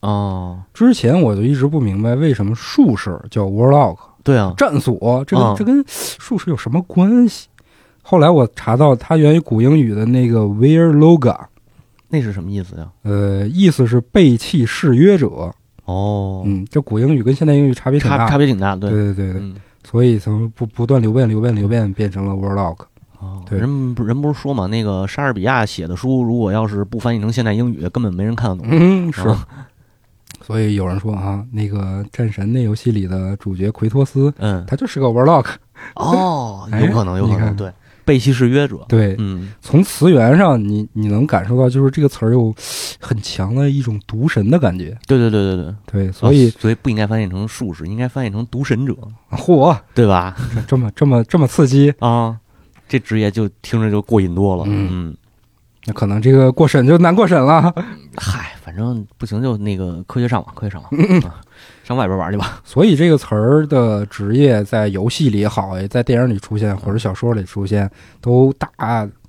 [SPEAKER 2] 哦，
[SPEAKER 1] 之前我就一直不明白为什么术士叫 warlock
[SPEAKER 2] 对啊，
[SPEAKER 1] 战锁，这个、
[SPEAKER 2] 嗯
[SPEAKER 1] 这跟术士有什么关系？后来我查到，它源于古英语的那个 weirloga，
[SPEAKER 2] 那是什么意思呀？
[SPEAKER 1] 呃，意思是背弃誓约者。
[SPEAKER 2] 哦，
[SPEAKER 1] 嗯，这古英语跟现代英语差别挺
[SPEAKER 2] 差
[SPEAKER 1] 大
[SPEAKER 2] 差
[SPEAKER 1] 的。
[SPEAKER 2] 别挺大，对
[SPEAKER 1] 对对对对，
[SPEAKER 2] 嗯，
[SPEAKER 1] 所以从不不断流变、流变、流变，变成了 warlock。
[SPEAKER 2] 哦，
[SPEAKER 1] 对
[SPEAKER 2] 人不人不是说嘛，那个莎士比亚写的书，如果要是不翻译成现代英语，根本没人看得懂。
[SPEAKER 1] 嗯，是。
[SPEAKER 2] 啊
[SPEAKER 1] 所以有人说啊，那个战神那游戏里的主角奎托斯，
[SPEAKER 2] 嗯，
[SPEAKER 1] 他就是个 warlock。
[SPEAKER 2] 哦，
[SPEAKER 1] 哎
[SPEAKER 2] 有可能，有可
[SPEAKER 1] 你
[SPEAKER 2] 能，
[SPEAKER 1] 看
[SPEAKER 2] 对，背弃誓约者，
[SPEAKER 1] 对，
[SPEAKER 2] 嗯，
[SPEAKER 1] 从词源上你，你能感受到，就是这个词儿有很强的一种毒神的感觉。
[SPEAKER 2] 对对对对对，
[SPEAKER 1] 对，所以
[SPEAKER 2] 啊所以不应该翻译成术士，应该翻译成毒神者，
[SPEAKER 1] 嚯、
[SPEAKER 2] 对吧？
[SPEAKER 1] 这么这么这么刺激，
[SPEAKER 2] 啊，这职业就听着就过瘾多了。嗯
[SPEAKER 1] 嗯，那可能这个过审就难过审了。
[SPEAKER 2] 嗨，反正不行就那个科学上网，科学上网， 啊上外边玩去吧。
[SPEAKER 1] 所以这个词儿的职业在游戏里也好，也在电影里出现，或者小说里出现，都大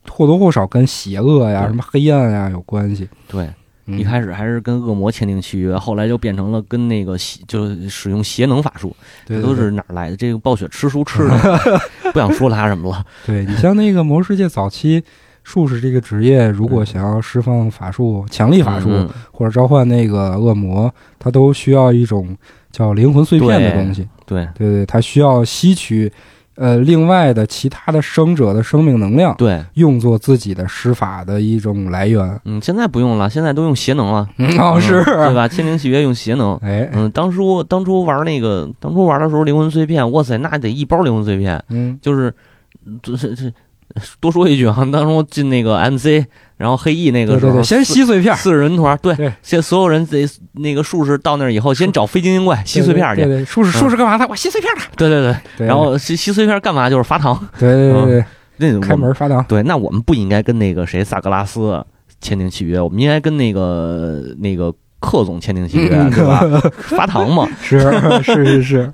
[SPEAKER 1] 或多或少跟邪恶呀、
[SPEAKER 2] 对
[SPEAKER 1] 什么黑暗呀有关系。
[SPEAKER 2] 对，
[SPEAKER 1] 嗯
[SPEAKER 2] 一开始还是跟恶魔签订契约，后来就变成了跟那个邪，就是使用邪能法术，
[SPEAKER 1] 对
[SPEAKER 2] 都是哪儿来的？这个暴雪吃书吃的， 不想说他什么了。
[SPEAKER 1] 对对你像那个《魔兽世界》早期。术士这个职业，如果想要释放法术、强力法术，
[SPEAKER 2] 嗯
[SPEAKER 1] 或者召唤那个恶魔，它都需要一种叫灵魂碎片的东西。
[SPEAKER 2] 对
[SPEAKER 1] 对对，它需要吸取呃另外的其他的生者的生命能量，
[SPEAKER 2] 对，
[SPEAKER 1] 用作自己的施法的一种来源。
[SPEAKER 2] 嗯，现在不用了，现在都用邪能了，
[SPEAKER 1] 嗯， 老师，
[SPEAKER 2] 嗯对吧？签订契约用邪能。
[SPEAKER 1] 哎，
[SPEAKER 2] 嗯，当初当初玩那个，当初玩的时候灵魂碎片，哇塞，那得一包灵魂碎片，
[SPEAKER 1] 嗯，
[SPEAKER 2] 就是就是这多说一句啊，当时我进那个 MC，然后黑翼那
[SPEAKER 1] 对
[SPEAKER 2] 个时
[SPEAKER 1] 对
[SPEAKER 2] 候，
[SPEAKER 1] 对，先
[SPEAKER 2] 四
[SPEAKER 1] 吸碎片儿，
[SPEAKER 2] 四十人团，对
[SPEAKER 1] 对，
[SPEAKER 2] 现在所有人得那个术士到那儿以后，先找非精英怪吸碎片去
[SPEAKER 1] 对，对，对术士
[SPEAKER 2] 嗯
[SPEAKER 1] 术士干嘛的？我吸碎片儿的。
[SPEAKER 2] 对对对，
[SPEAKER 1] 对
[SPEAKER 2] 然后吸吸碎片干嘛？就是罚糖，
[SPEAKER 1] 对对对对
[SPEAKER 2] 那我
[SPEAKER 1] 对，
[SPEAKER 2] 们
[SPEAKER 1] 开门发糖。
[SPEAKER 2] 对，那我们不应该跟那个谁萨格拉斯签订契约，我们应该跟那个那个克总签订契约，
[SPEAKER 1] 嗯
[SPEAKER 2] 对吧？嗯罚糖嘛，
[SPEAKER 1] 是是是是，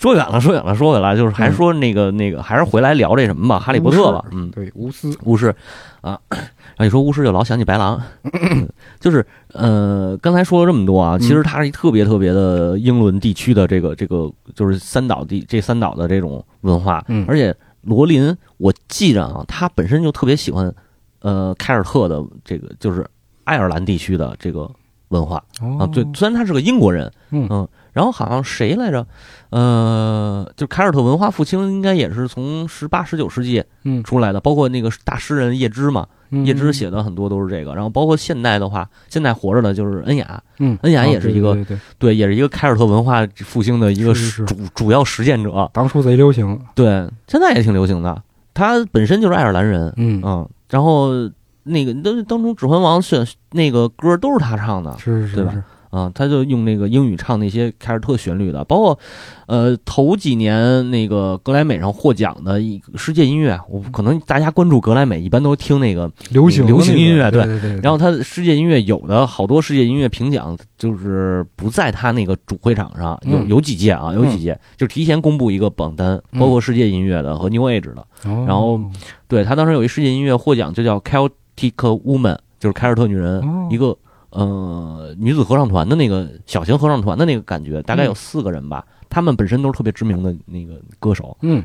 [SPEAKER 2] 说远了，说远了，说回来，就是
[SPEAKER 1] 嗯
[SPEAKER 2] 还说那个那个，还是回来聊这什么吧，《哈利波特》吧，嗯，
[SPEAKER 1] 对，无私，
[SPEAKER 2] 巫师啊，然后你说巫师就老想起白狼， 嗯就是呃，刚才说了这么多啊，其
[SPEAKER 1] 嗯
[SPEAKER 2] 实它是一特别特别的英伦地区的这个这个就是三岛地这三岛的这种文化，
[SPEAKER 1] 嗯
[SPEAKER 2] 而且罗琳我记着啊，他本身就特别喜欢呃凯尔特的这个就是爱尔兰地区的这个文化啊，
[SPEAKER 1] 哦
[SPEAKER 2] 对，虽然他是个英国人，
[SPEAKER 1] 嗯
[SPEAKER 2] 嗯，然后好像谁来着，呃，就凯尔特文化复兴应该也是从十八十九世纪
[SPEAKER 1] 嗯，
[SPEAKER 2] 出来的，包括那个大诗人叶芝嘛，
[SPEAKER 1] 嗯
[SPEAKER 2] 叶芝写的很多都是这个，然后包括现代的话，现代活着的就是恩雅，
[SPEAKER 1] 嗯，
[SPEAKER 2] 恩雅
[SPEAKER 1] 哦
[SPEAKER 2] 也是一个
[SPEAKER 1] 对对对，对
[SPEAKER 2] 对，也是一个凯尔特文化复兴的一个
[SPEAKER 1] 是是是嗯
[SPEAKER 2] 主主要实践者，
[SPEAKER 1] 当初贼流行，
[SPEAKER 2] 对，现在也挺流行的，他本身就是爱尔兰人，
[SPEAKER 1] 嗯
[SPEAKER 2] 嗯，然后那个当当初《指环王》选那个歌都是他唱的
[SPEAKER 1] 是是
[SPEAKER 2] 对吧
[SPEAKER 1] 是，
[SPEAKER 2] 啊，他就用那个英语唱那些凯尔特旋律的，包括呃头几年那个格莱美上获奖的一个世界音乐，我可能大家关注格莱美一般都听那个，
[SPEAKER 1] 流行
[SPEAKER 2] 流
[SPEAKER 1] 的
[SPEAKER 2] 行
[SPEAKER 1] 那
[SPEAKER 2] 音
[SPEAKER 1] 个
[SPEAKER 2] 乐
[SPEAKER 1] 对
[SPEAKER 2] 对
[SPEAKER 1] 对对，后
[SPEAKER 2] 然后他世界音乐有的好多世界音乐评奖就是不在他那个主会场上，有
[SPEAKER 1] 嗯
[SPEAKER 2] 有几届啊，有几届就提前公布一个榜单，包括世界音乐的和 New Age 的，
[SPEAKER 1] 然
[SPEAKER 2] 然后对他当时有一世界音乐获奖就叫 Celtic Woman，就是凯尔特女人，
[SPEAKER 1] 哦
[SPEAKER 2] 一个呃女子合唱团的那个小型合唱团的那个感觉，大概有
[SPEAKER 1] 嗯
[SPEAKER 2] 四个人吧，他们本身都是特别知名的那个歌手，
[SPEAKER 1] 嗯，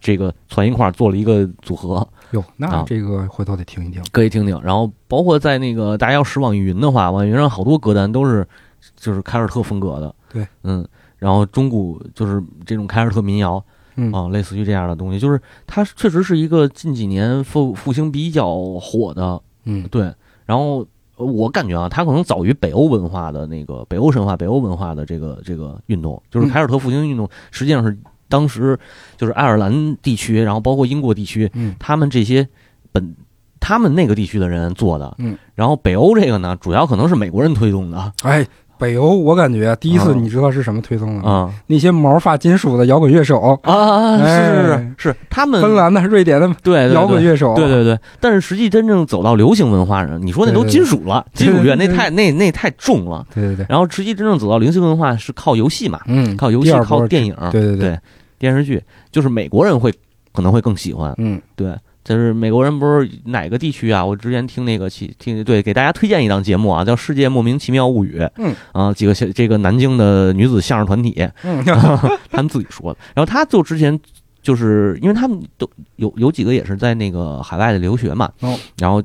[SPEAKER 2] 这个攒一块儿做了一个组合，
[SPEAKER 1] 哟，那
[SPEAKER 2] 啊
[SPEAKER 1] 这个回头得听一听，
[SPEAKER 2] 可以听听。然后包括在那个大家要使网易云的话，网易云上好多歌单都是就是凯尔特风格的，
[SPEAKER 1] 对，
[SPEAKER 2] 嗯，然后中古就是这种凯尔特民谣，
[SPEAKER 1] 嗯
[SPEAKER 2] 啊，类似于这样的东西，就是它确实是一个近几年复复兴比较火的，
[SPEAKER 1] 嗯
[SPEAKER 2] 对。然后呃我感觉啊，它可能早于北欧文化的那个北欧神话、北欧文化的这个这个运动，就
[SPEAKER 1] 嗯
[SPEAKER 2] 是凯尔特复兴运动，实际上是当时就是爱尔兰地区，然后包括英国地区，
[SPEAKER 1] 嗯
[SPEAKER 2] 他们这些本他们那个地区的人做的，
[SPEAKER 1] 嗯。
[SPEAKER 2] 然后北欧这个呢，主要可能是美国人推动的啊，
[SPEAKER 1] 哎，北欧我感觉第一次
[SPEAKER 2] 啊
[SPEAKER 1] 你知道是什么推动的吗？
[SPEAKER 2] 啊
[SPEAKER 1] 那些毛发金属的摇滚乐手，
[SPEAKER 2] 啊啊，是是
[SPEAKER 1] 哎
[SPEAKER 2] 是是，他们
[SPEAKER 1] 芬兰的、瑞典的
[SPEAKER 2] 哎对对对
[SPEAKER 1] 摇滚乐手，啊
[SPEAKER 2] 对对对，但是实际真正走到流行文化上，你说那都
[SPEAKER 1] 对对
[SPEAKER 2] 金属了，金属乐那
[SPEAKER 1] 对对
[SPEAKER 2] 太那那太重了。
[SPEAKER 1] 对对对，
[SPEAKER 2] 然后实际真正走到流行文化是靠游戏嘛，
[SPEAKER 1] 嗯，
[SPEAKER 2] 靠游戏
[SPEAKER 1] 第二，波
[SPEAKER 2] 靠电影，
[SPEAKER 1] 对对
[SPEAKER 2] 对电视剧，就是美国人会可能会更喜欢。
[SPEAKER 1] 嗯
[SPEAKER 2] 对，就是美国人不是哪个地区啊？我之前听那个其听对，给大家推荐一档节目啊，叫《世界莫名其妙物语》。
[SPEAKER 1] 嗯
[SPEAKER 2] 啊，几个小这个南京的女子相声团体，
[SPEAKER 1] 嗯，
[SPEAKER 2] 他们自己说的。然后他就之前就是因为他们都有有几个也是在那个海外的留学嘛，
[SPEAKER 1] 哦
[SPEAKER 2] 然后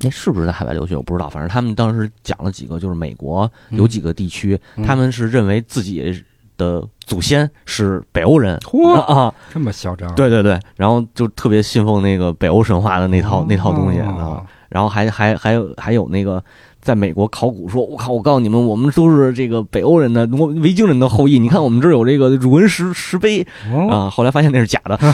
[SPEAKER 2] 那是不是在海外留学我不知道，反正他们当时讲了几个，就是美国 有几个地区，
[SPEAKER 1] 嗯
[SPEAKER 2] 他们是认为自己的祖先是北欧人。
[SPEAKER 1] 嚯
[SPEAKER 2] 啊，
[SPEAKER 1] 这么嚣张，
[SPEAKER 2] 对对对，然后就特别信奉那个北欧神话的那
[SPEAKER 1] 嗯
[SPEAKER 2] 套、那套东西啊，
[SPEAKER 1] 哦，
[SPEAKER 2] 然后还还还有还有那个在美国考古说，我靠！我告诉你们，我们都是这个北欧人的挪维京人的后裔。你看我们这儿有这个汝文石石碑
[SPEAKER 1] 哦
[SPEAKER 2] 啊，后来发现那是假 的。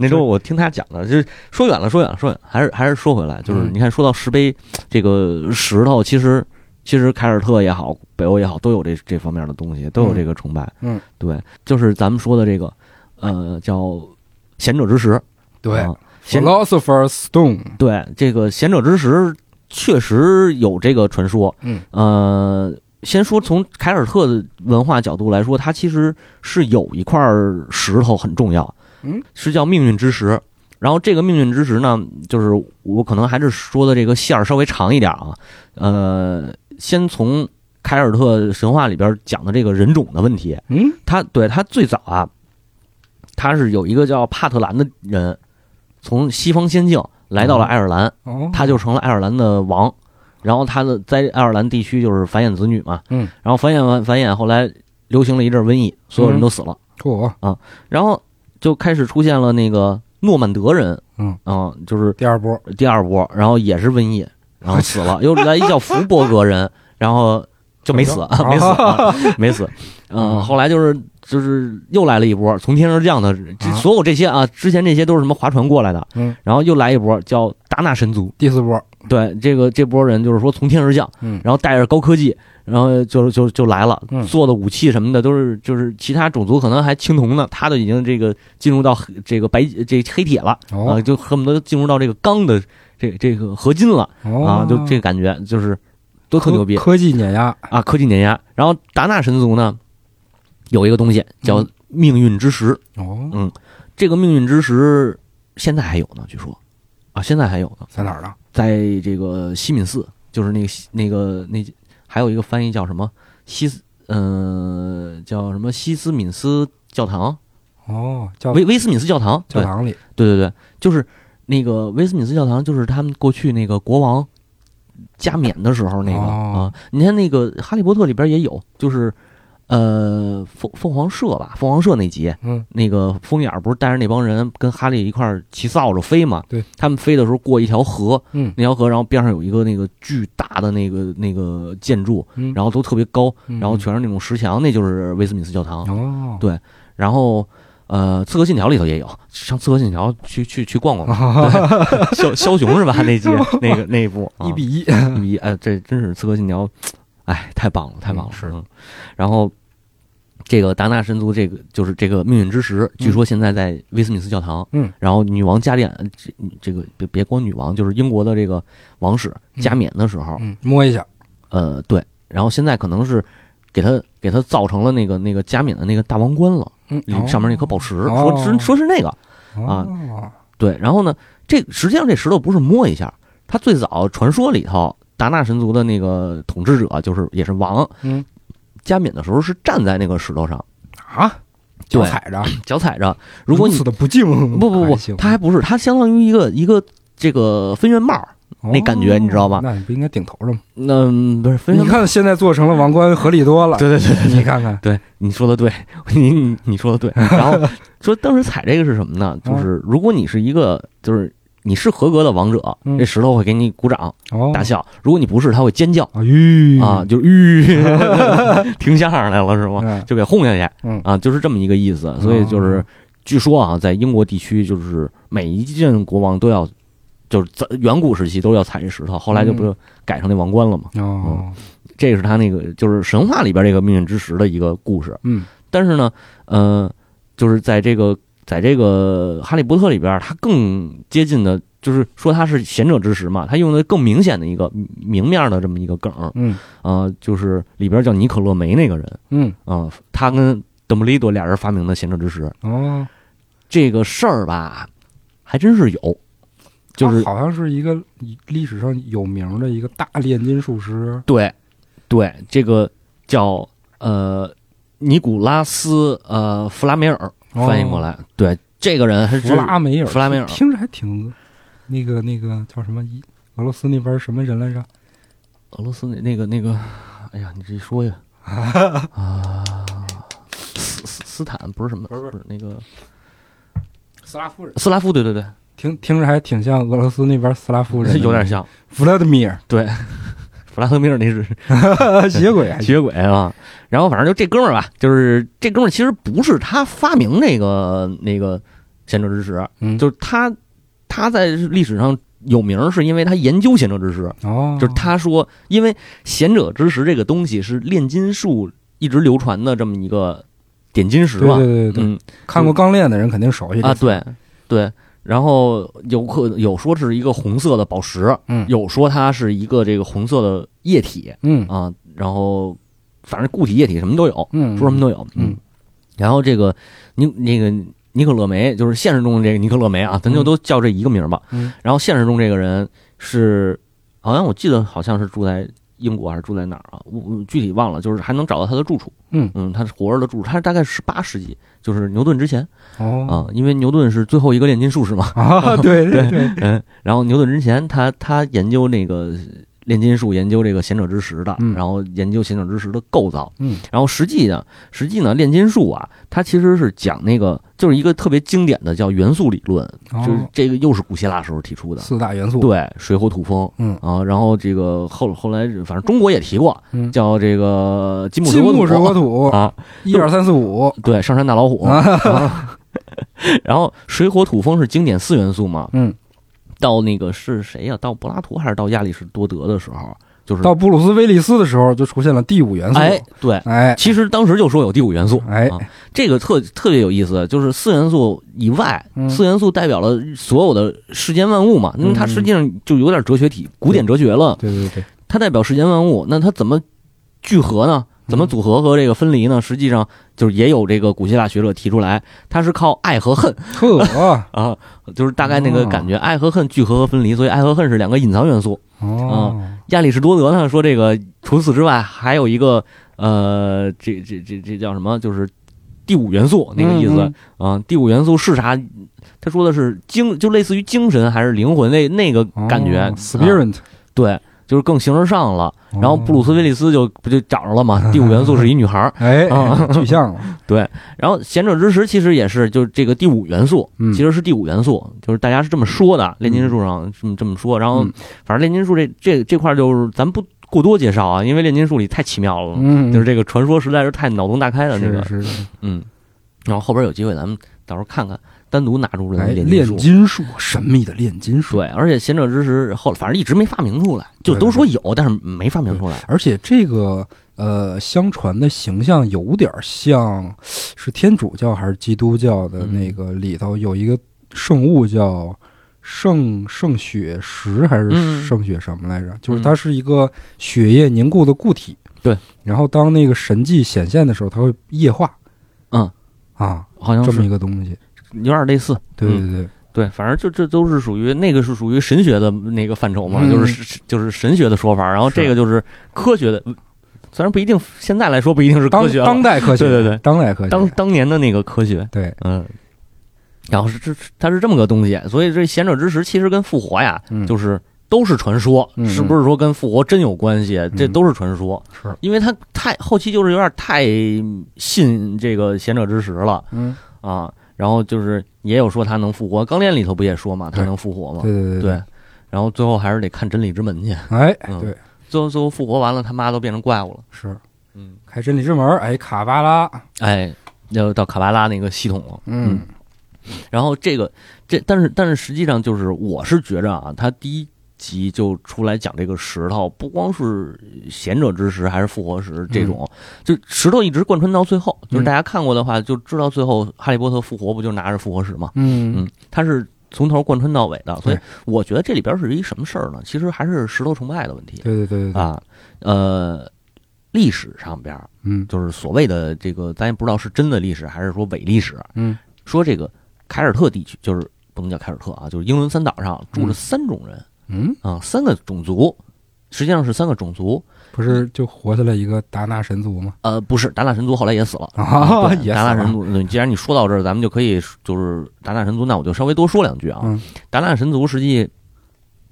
[SPEAKER 2] 那时候我听他讲的，就是说远了，说远了，说远了，还是还是说回来，就是
[SPEAKER 1] 嗯
[SPEAKER 2] 你看，说到石碑这个石头，其实其实凯尔特也好，北欧也好，都有这这方面的东西，都有这个崇拜。
[SPEAKER 1] 嗯，
[SPEAKER 2] 对，就是咱们说的这个，呃，叫贤者之石。
[SPEAKER 1] 对
[SPEAKER 2] 啊贤
[SPEAKER 1] ，Philosopher's Stone，
[SPEAKER 2] 对，这个贤者之石确实有这个传说。
[SPEAKER 1] 嗯，
[SPEAKER 2] 呃，先说从凯尔特的文化角度来说，它其实是有一块石头很重要，
[SPEAKER 1] 嗯，
[SPEAKER 2] 是叫命运之石。然后这个命运之石呢，就是我可能还是说的这个线儿稍微长一点啊。呃，先从凯尔特神话里边讲的这个人种的问题，
[SPEAKER 1] 嗯，
[SPEAKER 2] 他对他最早啊，他是有一个叫帕特兰的人，从西方仙境来到了爱尔兰，
[SPEAKER 1] 哦，
[SPEAKER 2] 他就成了爱尔兰的王。然后他的在爱尔兰地区就是繁衍子女嘛，
[SPEAKER 1] 嗯，
[SPEAKER 2] 然后繁衍完繁衍，后来流行了一阵瘟疫，所有人都死
[SPEAKER 1] 嗯
[SPEAKER 2] 了，
[SPEAKER 1] 嚯，
[SPEAKER 2] 然后就开始出现了那个诺曼德人，啊
[SPEAKER 1] 嗯
[SPEAKER 2] 就是
[SPEAKER 1] 第二波，
[SPEAKER 2] 第二波，然后也是瘟疫，然后死了，又来一叫福伯格人，然后就没死，
[SPEAKER 1] 么着
[SPEAKER 2] 没死，啊没死。嗯，后来就是就是又来了一波从天而降的，这
[SPEAKER 1] 啊
[SPEAKER 2] 所有这些啊，之前这些都是什么划船过来的，
[SPEAKER 1] 嗯，
[SPEAKER 2] 然后又来一波叫达纳神族，
[SPEAKER 1] 第四波，
[SPEAKER 2] 对，这个这波人就是说从天而降，
[SPEAKER 1] 嗯
[SPEAKER 2] 然后带着高科技，然后就就就来了
[SPEAKER 1] 嗯，
[SPEAKER 2] 做的武器什么的都是就是其他种族可能还青铜呢，他都已经这个进入到黑这个白这黑铁了。啊，
[SPEAKER 1] 哦
[SPEAKER 2] 就恨不得进入到这个钢的这这个合金了
[SPEAKER 1] 哦，
[SPEAKER 2] 啊，就这个感觉就是都特
[SPEAKER 1] 科
[SPEAKER 2] 牛逼
[SPEAKER 1] 科技碾压，
[SPEAKER 2] 啊，科技碾压。然后达纳神族呢，有一个东西叫
[SPEAKER 1] 嗯
[SPEAKER 2] 命运之石，
[SPEAKER 1] 哦，
[SPEAKER 2] 嗯这个命运之石现在还有呢，据说啊，现在还有呢，
[SPEAKER 1] 在哪儿呢？
[SPEAKER 2] 在这个西敏寺，就是那个西那个那还有一个翻译叫什么西斯，呃，叫什么西斯敏斯教堂，
[SPEAKER 1] 哦，教
[SPEAKER 2] 威威斯敏斯教堂，
[SPEAKER 1] 教
[SPEAKER 2] 对
[SPEAKER 1] 堂里，
[SPEAKER 2] 对对对，就是那个威斯敏斯教堂，就是他们过去那个国王加冕的时候那个、
[SPEAKER 1] 哦
[SPEAKER 2] 啊。你看那个《哈利波特》里边也有，就是呃凤凤凰社吧，凤凰社那集，
[SPEAKER 1] 嗯，
[SPEAKER 2] 那个风眼儿不是带着那帮人跟哈利一块儿骑扫帚飞嘛？
[SPEAKER 1] 对，
[SPEAKER 2] 他们飞的时候过一条河，
[SPEAKER 1] 嗯
[SPEAKER 2] 那条河然后边上有一个那个巨大的那个那个建筑，
[SPEAKER 1] 嗯
[SPEAKER 2] 然后都特别高，
[SPEAKER 1] 嗯
[SPEAKER 2] 然后全是那种石墙，那就是威斯敏斯教堂。
[SPEAKER 1] 哦，
[SPEAKER 2] 对然后呃，《刺客信条》里头也有，上《刺客信条》去去去逛逛吧。 对枭枭雄是吧？那集那个那一部啊
[SPEAKER 1] 一比一，
[SPEAKER 2] 一比一，哎，这真是《刺客信条》，哎，太棒了，太棒了。
[SPEAKER 1] 嗯嗯是
[SPEAKER 2] 嗯，然后这个达纳神族，这个就是这个命运之石，据说现在在威斯敏斯教堂。
[SPEAKER 1] 嗯，
[SPEAKER 2] 然后女王加冕，这这个别别光女王，就是英国的这个王室加冕的时候，
[SPEAKER 1] 嗯，摸一下，
[SPEAKER 2] 呃，对，然后现在可能是给他给他造成了那个那个加冕的那个大王冠了，
[SPEAKER 1] 嗯，
[SPEAKER 2] 里上面那颗宝石，
[SPEAKER 1] 哦
[SPEAKER 2] 说是说是那个，啊
[SPEAKER 1] 啊，
[SPEAKER 2] 对，然后呢，这实际上这石头不是摸一下，它最早传说里头达纳神族的那个统治者就是也是王，
[SPEAKER 1] 嗯，
[SPEAKER 2] 加冕的时候是站在那个石头上，
[SPEAKER 1] 啊，脚
[SPEAKER 2] 对
[SPEAKER 1] 踩着，
[SPEAKER 2] 脚踩着，如果你
[SPEAKER 1] 死的不敬，
[SPEAKER 2] 不不不，它还不是，它相当于一个一个这个分院帽儿，那感觉你知道吧
[SPEAKER 1] 吧？哦那你不应该顶头上吗？
[SPEAKER 2] 那、嗯不是分
[SPEAKER 1] 你
[SPEAKER 2] 院帽儿，
[SPEAKER 1] 看现在做成了王冠，合理多了。
[SPEAKER 2] 对对对
[SPEAKER 1] 你看看，
[SPEAKER 2] 对，你说的对，你你你说的对。然后说当时踩这个是什么呢？
[SPEAKER 1] 啊
[SPEAKER 2] 就是如果你是一个，就是你是合格的王者，
[SPEAKER 1] 嗯
[SPEAKER 2] 这石头会给你鼓掌
[SPEAKER 1] 哦，
[SPEAKER 2] 大笑；如果你不是，他会尖叫
[SPEAKER 1] 啊吁
[SPEAKER 2] 啊，，就是吁， 听相声来了是吗？
[SPEAKER 1] 嗯
[SPEAKER 2] 就给轰下去
[SPEAKER 1] 嗯
[SPEAKER 2] 啊，就是这么一个意思。所以就是
[SPEAKER 1] 哦
[SPEAKER 2] 据说啊，在英国地区，就是每一任国王都要。就是在远古时期都要踩这石头，后来就不
[SPEAKER 1] 嗯
[SPEAKER 2] 就改成那王冠了嘛。
[SPEAKER 1] 哦，
[SPEAKER 2] 这是他那个就是神话里边这个命运之石的一个故事。
[SPEAKER 1] 嗯
[SPEAKER 2] 但是呢，呃，就是在这个在这个《哈利波特》里边儿，它更接近的，就是说它是贤者之石嘛，它用的更明显的一个明面儿的这么一个梗儿，
[SPEAKER 1] 嗯
[SPEAKER 2] 呃，就是里边儿叫尼可洛梅那个人，
[SPEAKER 1] 嗯，
[SPEAKER 2] 啊、他跟邓布利多俩人发明的贤者之石
[SPEAKER 1] 哦，
[SPEAKER 2] 这个事儿吧，还真是有，就是
[SPEAKER 1] 啊哦他好像是一个历史上有名的一个大炼金术师，
[SPEAKER 2] 对，对，这个叫呃尼古拉斯呃弗拉梅尔翻译过来，对，这个人还
[SPEAKER 1] 哦弗
[SPEAKER 2] 是
[SPEAKER 1] 拉梅尔，
[SPEAKER 2] 弗拉梅尔
[SPEAKER 1] 听着还挺那个那个叫什么一俄罗斯那边什么人来着？
[SPEAKER 2] 俄罗斯那那个那个，哎呀，你这一 说呀，啊，斯斯斯坦不是什么，不是那个
[SPEAKER 1] 斯拉夫人，
[SPEAKER 2] 斯拉夫，对对对，，
[SPEAKER 1] 听听着还挺像俄罗斯那边斯拉夫人
[SPEAKER 2] 有点像
[SPEAKER 1] 弗拉德米尔
[SPEAKER 2] 弗拉赫米尔那是
[SPEAKER 1] 邪鬼，
[SPEAKER 2] 血鬼啊。然后反正就这哥们儿吧，就是这哥们儿其实不是他发明那个那个贤者之石，
[SPEAKER 1] 嗯
[SPEAKER 2] 就是他他在历史上有名儿，是因为他研究贤者之石，
[SPEAKER 1] 哦，
[SPEAKER 2] 就是他说，因为贤者之石这个东西是炼金术一直流传的这么一个点金石
[SPEAKER 1] 对
[SPEAKER 2] 嘛，
[SPEAKER 1] 对对对，
[SPEAKER 2] 嗯。
[SPEAKER 1] 看过《钢炼》的人肯定熟悉
[SPEAKER 2] 啊，，对对。然后有可有说是一个红色的宝石，
[SPEAKER 1] 嗯
[SPEAKER 2] 有说它是一个这个红色的液体
[SPEAKER 1] 嗯
[SPEAKER 2] 啊，然后反正固体、液体什么都有，
[SPEAKER 1] 嗯，
[SPEAKER 2] 说什么都有。
[SPEAKER 1] 嗯，
[SPEAKER 2] 然后这个尼那个尼可勒梅，就是现实中的这个尼可勒梅啊，咱就
[SPEAKER 1] 嗯
[SPEAKER 2] 都叫这一个名儿吧。
[SPEAKER 1] 嗯
[SPEAKER 2] 然后现实中这个人是，好像我记得好像是住在英国还是住在哪儿啊？我我具体忘了，就是还能找到他的住处。
[SPEAKER 1] 嗯
[SPEAKER 2] 嗯，他是活着的住处，他是大概十八世纪，就是牛顿之前。
[SPEAKER 1] 哦
[SPEAKER 2] 啊，因为牛顿是最后一个炼金术士嘛，
[SPEAKER 1] 啊， 对对 对，
[SPEAKER 2] 嗯，然后牛顿之前他他研究那个炼金术，研究这个贤者之石的，
[SPEAKER 1] 嗯
[SPEAKER 2] 然后研究贤者之石的构造，
[SPEAKER 1] 嗯，
[SPEAKER 2] 然后实际呢，实际呢，炼金术啊，它其实是讲那个就是一个特别经典的叫元素理论，就是
[SPEAKER 1] 哦，
[SPEAKER 2] 这个又是古希腊时候提出的，
[SPEAKER 1] 四大元素，
[SPEAKER 2] 对，水火土风。
[SPEAKER 1] 嗯
[SPEAKER 2] 啊，然后这个后后来反正中国也提过，
[SPEAKER 1] 嗯，
[SPEAKER 2] 叫这个金木
[SPEAKER 1] 金
[SPEAKER 2] 水火
[SPEAKER 1] 木水火
[SPEAKER 2] 土
[SPEAKER 1] 土，
[SPEAKER 2] 啊，
[SPEAKER 1] 一二三四五，
[SPEAKER 2] 对，上山大老虎。啊 然后水火土风是经典四元素嘛？
[SPEAKER 1] 嗯，
[SPEAKER 2] 到那个是谁呀、到柏拉图还是到亚里士多德的时候，就是
[SPEAKER 1] 到布鲁斯威利斯的时候就出现了第五元素，
[SPEAKER 2] 哎对，
[SPEAKER 1] 哎
[SPEAKER 2] 其实当时就说有第五元素，
[SPEAKER 1] 哎
[SPEAKER 2] 啊这个特特别有意思，就是四元素以外，
[SPEAKER 1] 嗯
[SPEAKER 2] 四元素代表了所有的世间万物嘛，因为它
[SPEAKER 1] 嗯
[SPEAKER 2] 实际上就有点哲学体，古典哲学了，
[SPEAKER 1] 对对对，
[SPEAKER 2] 它代表世间万物，那它怎么聚合呢？嗯怎么组合和这个分离呢？实际上就是也有这个古希腊学者提出来，它是靠爱和恨
[SPEAKER 1] 呵，
[SPEAKER 2] 啊，就是大概那个哦感觉，爱和恨聚合和分离，所以爱和恨是两个隐藏元素。
[SPEAKER 1] 哦，
[SPEAKER 2] 亚里士多德呢说，这个除此之外还有一个呃，这这这这叫什么？就是第五元素那个意思啊
[SPEAKER 1] 嗯、
[SPEAKER 2] 第五元素是啥？他说的是精，就类似于精神还是灵魂那那个感觉、
[SPEAKER 1] 哦
[SPEAKER 2] 啊
[SPEAKER 1] ，spirit，
[SPEAKER 2] 对，就是更形而上了。
[SPEAKER 1] 然
[SPEAKER 2] 然后布鲁
[SPEAKER 1] 哦
[SPEAKER 2] 斯威利斯就不就找着 了嘛？第五元素是一女孩儿，
[SPEAKER 1] 哎
[SPEAKER 2] 啊，
[SPEAKER 1] 具象了，
[SPEAKER 2] 然后贤者之石其实也是，就是这个第五元素，
[SPEAKER 1] 嗯
[SPEAKER 2] 其实是第五元素，就是大家是这么说的，炼金术上这么这么说。然后
[SPEAKER 1] 嗯
[SPEAKER 2] 反正炼金术这这这块儿就是咱不过多介绍啊，因为炼金术里太奇妙了，
[SPEAKER 1] 嗯，
[SPEAKER 2] 就是这个传说实在是太脑洞大开了那个，
[SPEAKER 1] 是是是，
[SPEAKER 2] 嗯。然后后边有机会咱们到时候看看单独拿出来
[SPEAKER 1] 哎，
[SPEAKER 2] 的炼
[SPEAKER 1] 炼
[SPEAKER 2] 术。
[SPEAKER 1] 金术，神秘的炼金术。
[SPEAKER 2] 对，而且贤者之石后反正一直没发明出来，就
[SPEAKER 1] 对
[SPEAKER 2] 都
[SPEAKER 1] 对
[SPEAKER 2] 说有，但是没发明出来。
[SPEAKER 1] 而且这个呃，相传的形象有点像是天主教还是基督教
[SPEAKER 2] 嗯
[SPEAKER 1] 的那个里头有一个圣物叫圣圣血石还是
[SPEAKER 2] 嗯
[SPEAKER 1] 圣血什么来着？就是
[SPEAKER 2] 嗯
[SPEAKER 1] 它是一个血液凝固的固体。
[SPEAKER 2] 对，
[SPEAKER 1] 然后当那个神迹显现的时候，它会液化。
[SPEAKER 2] 嗯，
[SPEAKER 1] 啊，
[SPEAKER 2] 好像
[SPEAKER 1] 这么
[SPEAKER 2] 是
[SPEAKER 1] 一个东西。
[SPEAKER 2] 有点类似，
[SPEAKER 1] 对对对，
[SPEAKER 2] 对，反正就这都是属于那个是属于神学的那个范畴嘛，
[SPEAKER 1] 嗯
[SPEAKER 2] 就是就是神学的说法，然后
[SPEAKER 1] 是
[SPEAKER 2] 这个就是科学的，虽然不一定现在来说不一定是科
[SPEAKER 1] 当
[SPEAKER 2] 学了
[SPEAKER 1] 当代科学，
[SPEAKER 2] 对对对
[SPEAKER 1] 当代科学，
[SPEAKER 2] 当当年的那个科学，
[SPEAKER 1] 对，
[SPEAKER 2] 嗯，然后是这它是这么个东西，所以这贤者之石其实跟复活呀，
[SPEAKER 1] 嗯
[SPEAKER 2] 就是都是传说，
[SPEAKER 1] 嗯
[SPEAKER 2] 是不是说跟复活真有关系？这都是传说，
[SPEAKER 1] 是，
[SPEAKER 2] 因为它太后期就是有点太信这个贤者之石了
[SPEAKER 1] 嗯，
[SPEAKER 2] 啊，然后就是也有说它能复活，《钢炼》里头不也说嘛，它
[SPEAKER 1] 对
[SPEAKER 2] 能复活嘛？
[SPEAKER 1] 对对对
[SPEAKER 2] 哦对，然后最后还是得看真理之门去。
[SPEAKER 1] 哎，
[SPEAKER 2] 嗯
[SPEAKER 1] 对，
[SPEAKER 2] 最后最后复活完了，他妈都变成怪物了。
[SPEAKER 1] 是
[SPEAKER 2] 嗯，
[SPEAKER 1] 开真理之门，哎，卡巴拉，
[SPEAKER 2] 哎，要到卡巴拉那个系统了。
[SPEAKER 1] 嗯
[SPEAKER 2] 然后这个这，但是但是实际上就是，我是觉着啊，他第一集就出来讲这个石头，不光是贤者之石还是复活石这
[SPEAKER 1] 嗯
[SPEAKER 2] 种，就石头一直贯穿到最后。就是大家看过的话，就知道最后哈利波特复活不就拿着复活石嘛？
[SPEAKER 1] 嗯，
[SPEAKER 2] 嗯，他是。从头贯穿到尾的，所以
[SPEAKER 1] 对
[SPEAKER 2] 我觉得这里边是一什么事儿呢？其实还是石头崇拜的问题。
[SPEAKER 1] 对对对对对，
[SPEAKER 2] 啊，呃，历史上边儿
[SPEAKER 1] 嗯
[SPEAKER 2] 就是所谓的这个，咱也不知道是真的历史还是说伪历史。
[SPEAKER 1] 嗯，
[SPEAKER 2] 说这个凯尔特地区，就是不能叫凯尔特啊，就是英伦三岛上住
[SPEAKER 1] 嗯
[SPEAKER 2] 着三种人、
[SPEAKER 1] 嗯，
[SPEAKER 2] 啊，三个种族，实际上是三个种族。
[SPEAKER 1] 不是就活下来一个达纳神族吗？
[SPEAKER 2] 呃，不是，达纳神族后来也死了。
[SPEAKER 1] 啊
[SPEAKER 2] 嗯 对
[SPEAKER 1] 也
[SPEAKER 2] 达
[SPEAKER 1] 死
[SPEAKER 2] 纳
[SPEAKER 1] 了
[SPEAKER 2] 神族，嗯既然你说到这儿，咱们就可以就是达纳神族，那我就稍微多说两句啊。
[SPEAKER 1] 嗯
[SPEAKER 2] 达纳神族实际，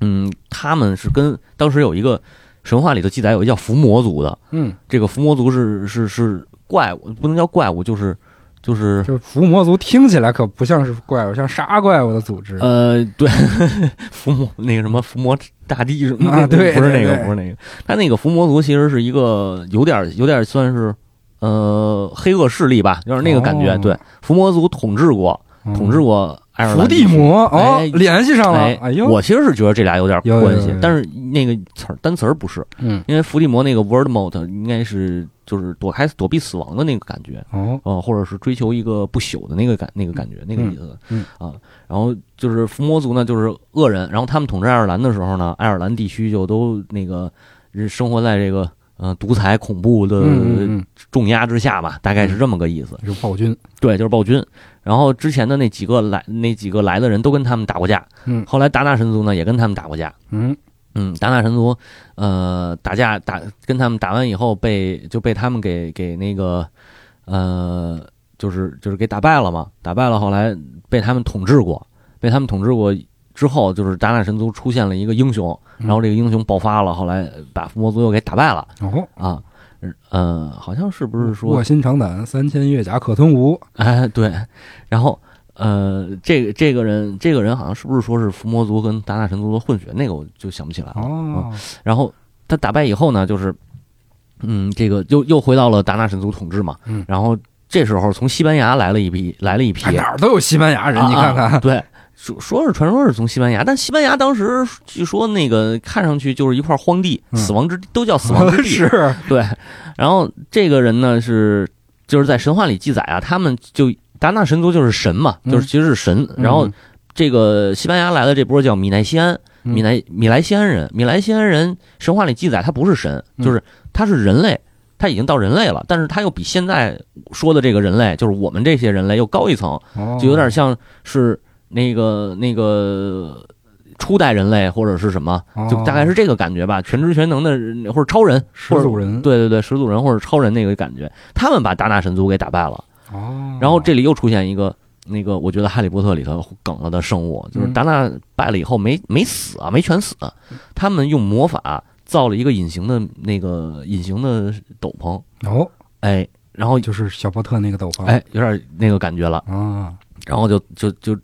[SPEAKER 2] 嗯，他们是跟当时有一个神话里头记载有一个叫伏魔族的，
[SPEAKER 1] 嗯，
[SPEAKER 2] 这个伏魔族是是是怪物，不能叫怪物，就是就是
[SPEAKER 1] 就是伏魔族听起来可不像是怪物，像杀怪物的组织。
[SPEAKER 2] 呃，对， 伏魔那个什么伏魔大帝什么
[SPEAKER 1] 啊
[SPEAKER 2] 那个
[SPEAKER 1] 对
[SPEAKER 2] 不是那个
[SPEAKER 1] 对对
[SPEAKER 2] 不是那个，他那个伏魔族其实是一个有点有点算是呃黑恶势力吧，有点那个感觉。
[SPEAKER 1] 哦
[SPEAKER 2] 对，伏魔族统治过
[SPEAKER 1] 嗯
[SPEAKER 2] 统治过爱尔兰
[SPEAKER 1] 伏地。魔哦
[SPEAKER 2] 哎，
[SPEAKER 1] 联系上了
[SPEAKER 2] 哎，，
[SPEAKER 1] 哎呦，
[SPEAKER 2] 我其实是觉得这俩有点
[SPEAKER 1] 有有
[SPEAKER 2] 关
[SPEAKER 1] 有
[SPEAKER 2] 系
[SPEAKER 1] 有，
[SPEAKER 2] 但是那个词儿单词儿不是，
[SPEAKER 1] 嗯
[SPEAKER 2] 因为伏地魔那个 word mode 应该是就是躲开躲避死亡的那个感觉，
[SPEAKER 1] 哦，
[SPEAKER 2] 呃，或者是追求一个不朽的那个感那个感觉那个意思，
[SPEAKER 1] 嗯
[SPEAKER 2] 啊，然后就是伏魔族呢，就是恶人，然后他们统治爱尔兰的时候呢，爱尔兰地区就都那个人生活在这个呃独裁恐怖的
[SPEAKER 1] 嗯嗯嗯，
[SPEAKER 2] 重压之下吧，大概呃是这么个意思。
[SPEAKER 1] 是暴君，
[SPEAKER 2] 对，就是暴君。然后之前的那几个来那几个来的人都跟他们打过架，
[SPEAKER 1] 嗯
[SPEAKER 2] 后来达纳神族呢也跟他们打过架，
[SPEAKER 1] 嗯
[SPEAKER 2] 嗯，达纳神族，呃，打架打跟他们打完以后被就被他们给给那个，呃，就是就是给打败了嘛，打败了，后来被他们统治过，被他们统治过之后，就是达纳神族出现了一个英雄，
[SPEAKER 1] 嗯
[SPEAKER 2] 然后这个英雄爆发了，后来把伏魔族又给打败了
[SPEAKER 1] 哦，
[SPEAKER 2] 啊，呃，好像是不是说
[SPEAKER 1] 卧薪尝胆，三千越甲可吞吴，
[SPEAKER 2] 哎，对，然后呃，这个这个人，这个人好像是不是说是伏魔族跟达纳神族的混血？那个我就想不起来了。
[SPEAKER 1] 哦，
[SPEAKER 2] 嗯然后他打败以后呢，就是嗯，这个又又回到了达纳神族统治嘛。
[SPEAKER 1] 嗯
[SPEAKER 2] 然后这时候从西班牙来了一批，来了一批啊
[SPEAKER 1] 哎哪儿都有西班牙人，你看
[SPEAKER 2] 啊啊
[SPEAKER 1] 看，
[SPEAKER 2] 对。说说是传说是从西班牙，但西班牙当时据说那个看上去就是一块荒地，
[SPEAKER 1] 嗯
[SPEAKER 2] 死亡之地都叫死亡之 地，
[SPEAKER 1] 是，
[SPEAKER 2] 对，然后这个人呢是就是在神话里记载啊，他们就达纳神族就是神嘛，
[SPEAKER 1] 嗯
[SPEAKER 2] 就是其实是神。然后
[SPEAKER 1] 嗯
[SPEAKER 2] 这个西班牙来的这波叫米奈西安，
[SPEAKER 1] 嗯
[SPEAKER 2] 米莱米莱西安人，米莱西安人神话里记载他不是神，
[SPEAKER 1] 嗯
[SPEAKER 2] 就是他是人类。他已经到人类了，但是他又比现在说的这个人类，就是我们这些人类又高一层，
[SPEAKER 1] 哦
[SPEAKER 2] 就有点像是那个那个初代人类或者是什么，
[SPEAKER 1] 哦
[SPEAKER 2] 就大概是这个感觉吧，全知全能的人或者超人，
[SPEAKER 1] 始
[SPEAKER 2] 或者
[SPEAKER 1] 祖人，
[SPEAKER 2] 对对对，始祖人或者超人那个感觉，他们把达纳神族给打败了。
[SPEAKER 1] 哦，
[SPEAKER 2] 然后这里又出现一个那个，我觉得《哈利波特》里头梗了的生物，就是
[SPEAKER 1] 嗯
[SPEAKER 2] 达纳败了以后没没死啊，没全死，他们用魔法造了一个隐形的那个隐形的斗篷，
[SPEAKER 1] 哦，
[SPEAKER 2] 哎，然后
[SPEAKER 1] 就是小波特那个斗篷，
[SPEAKER 2] 哎有点那个感觉了，
[SPEAKER 1] 啊，
[SPEAKER 2] 然后就就就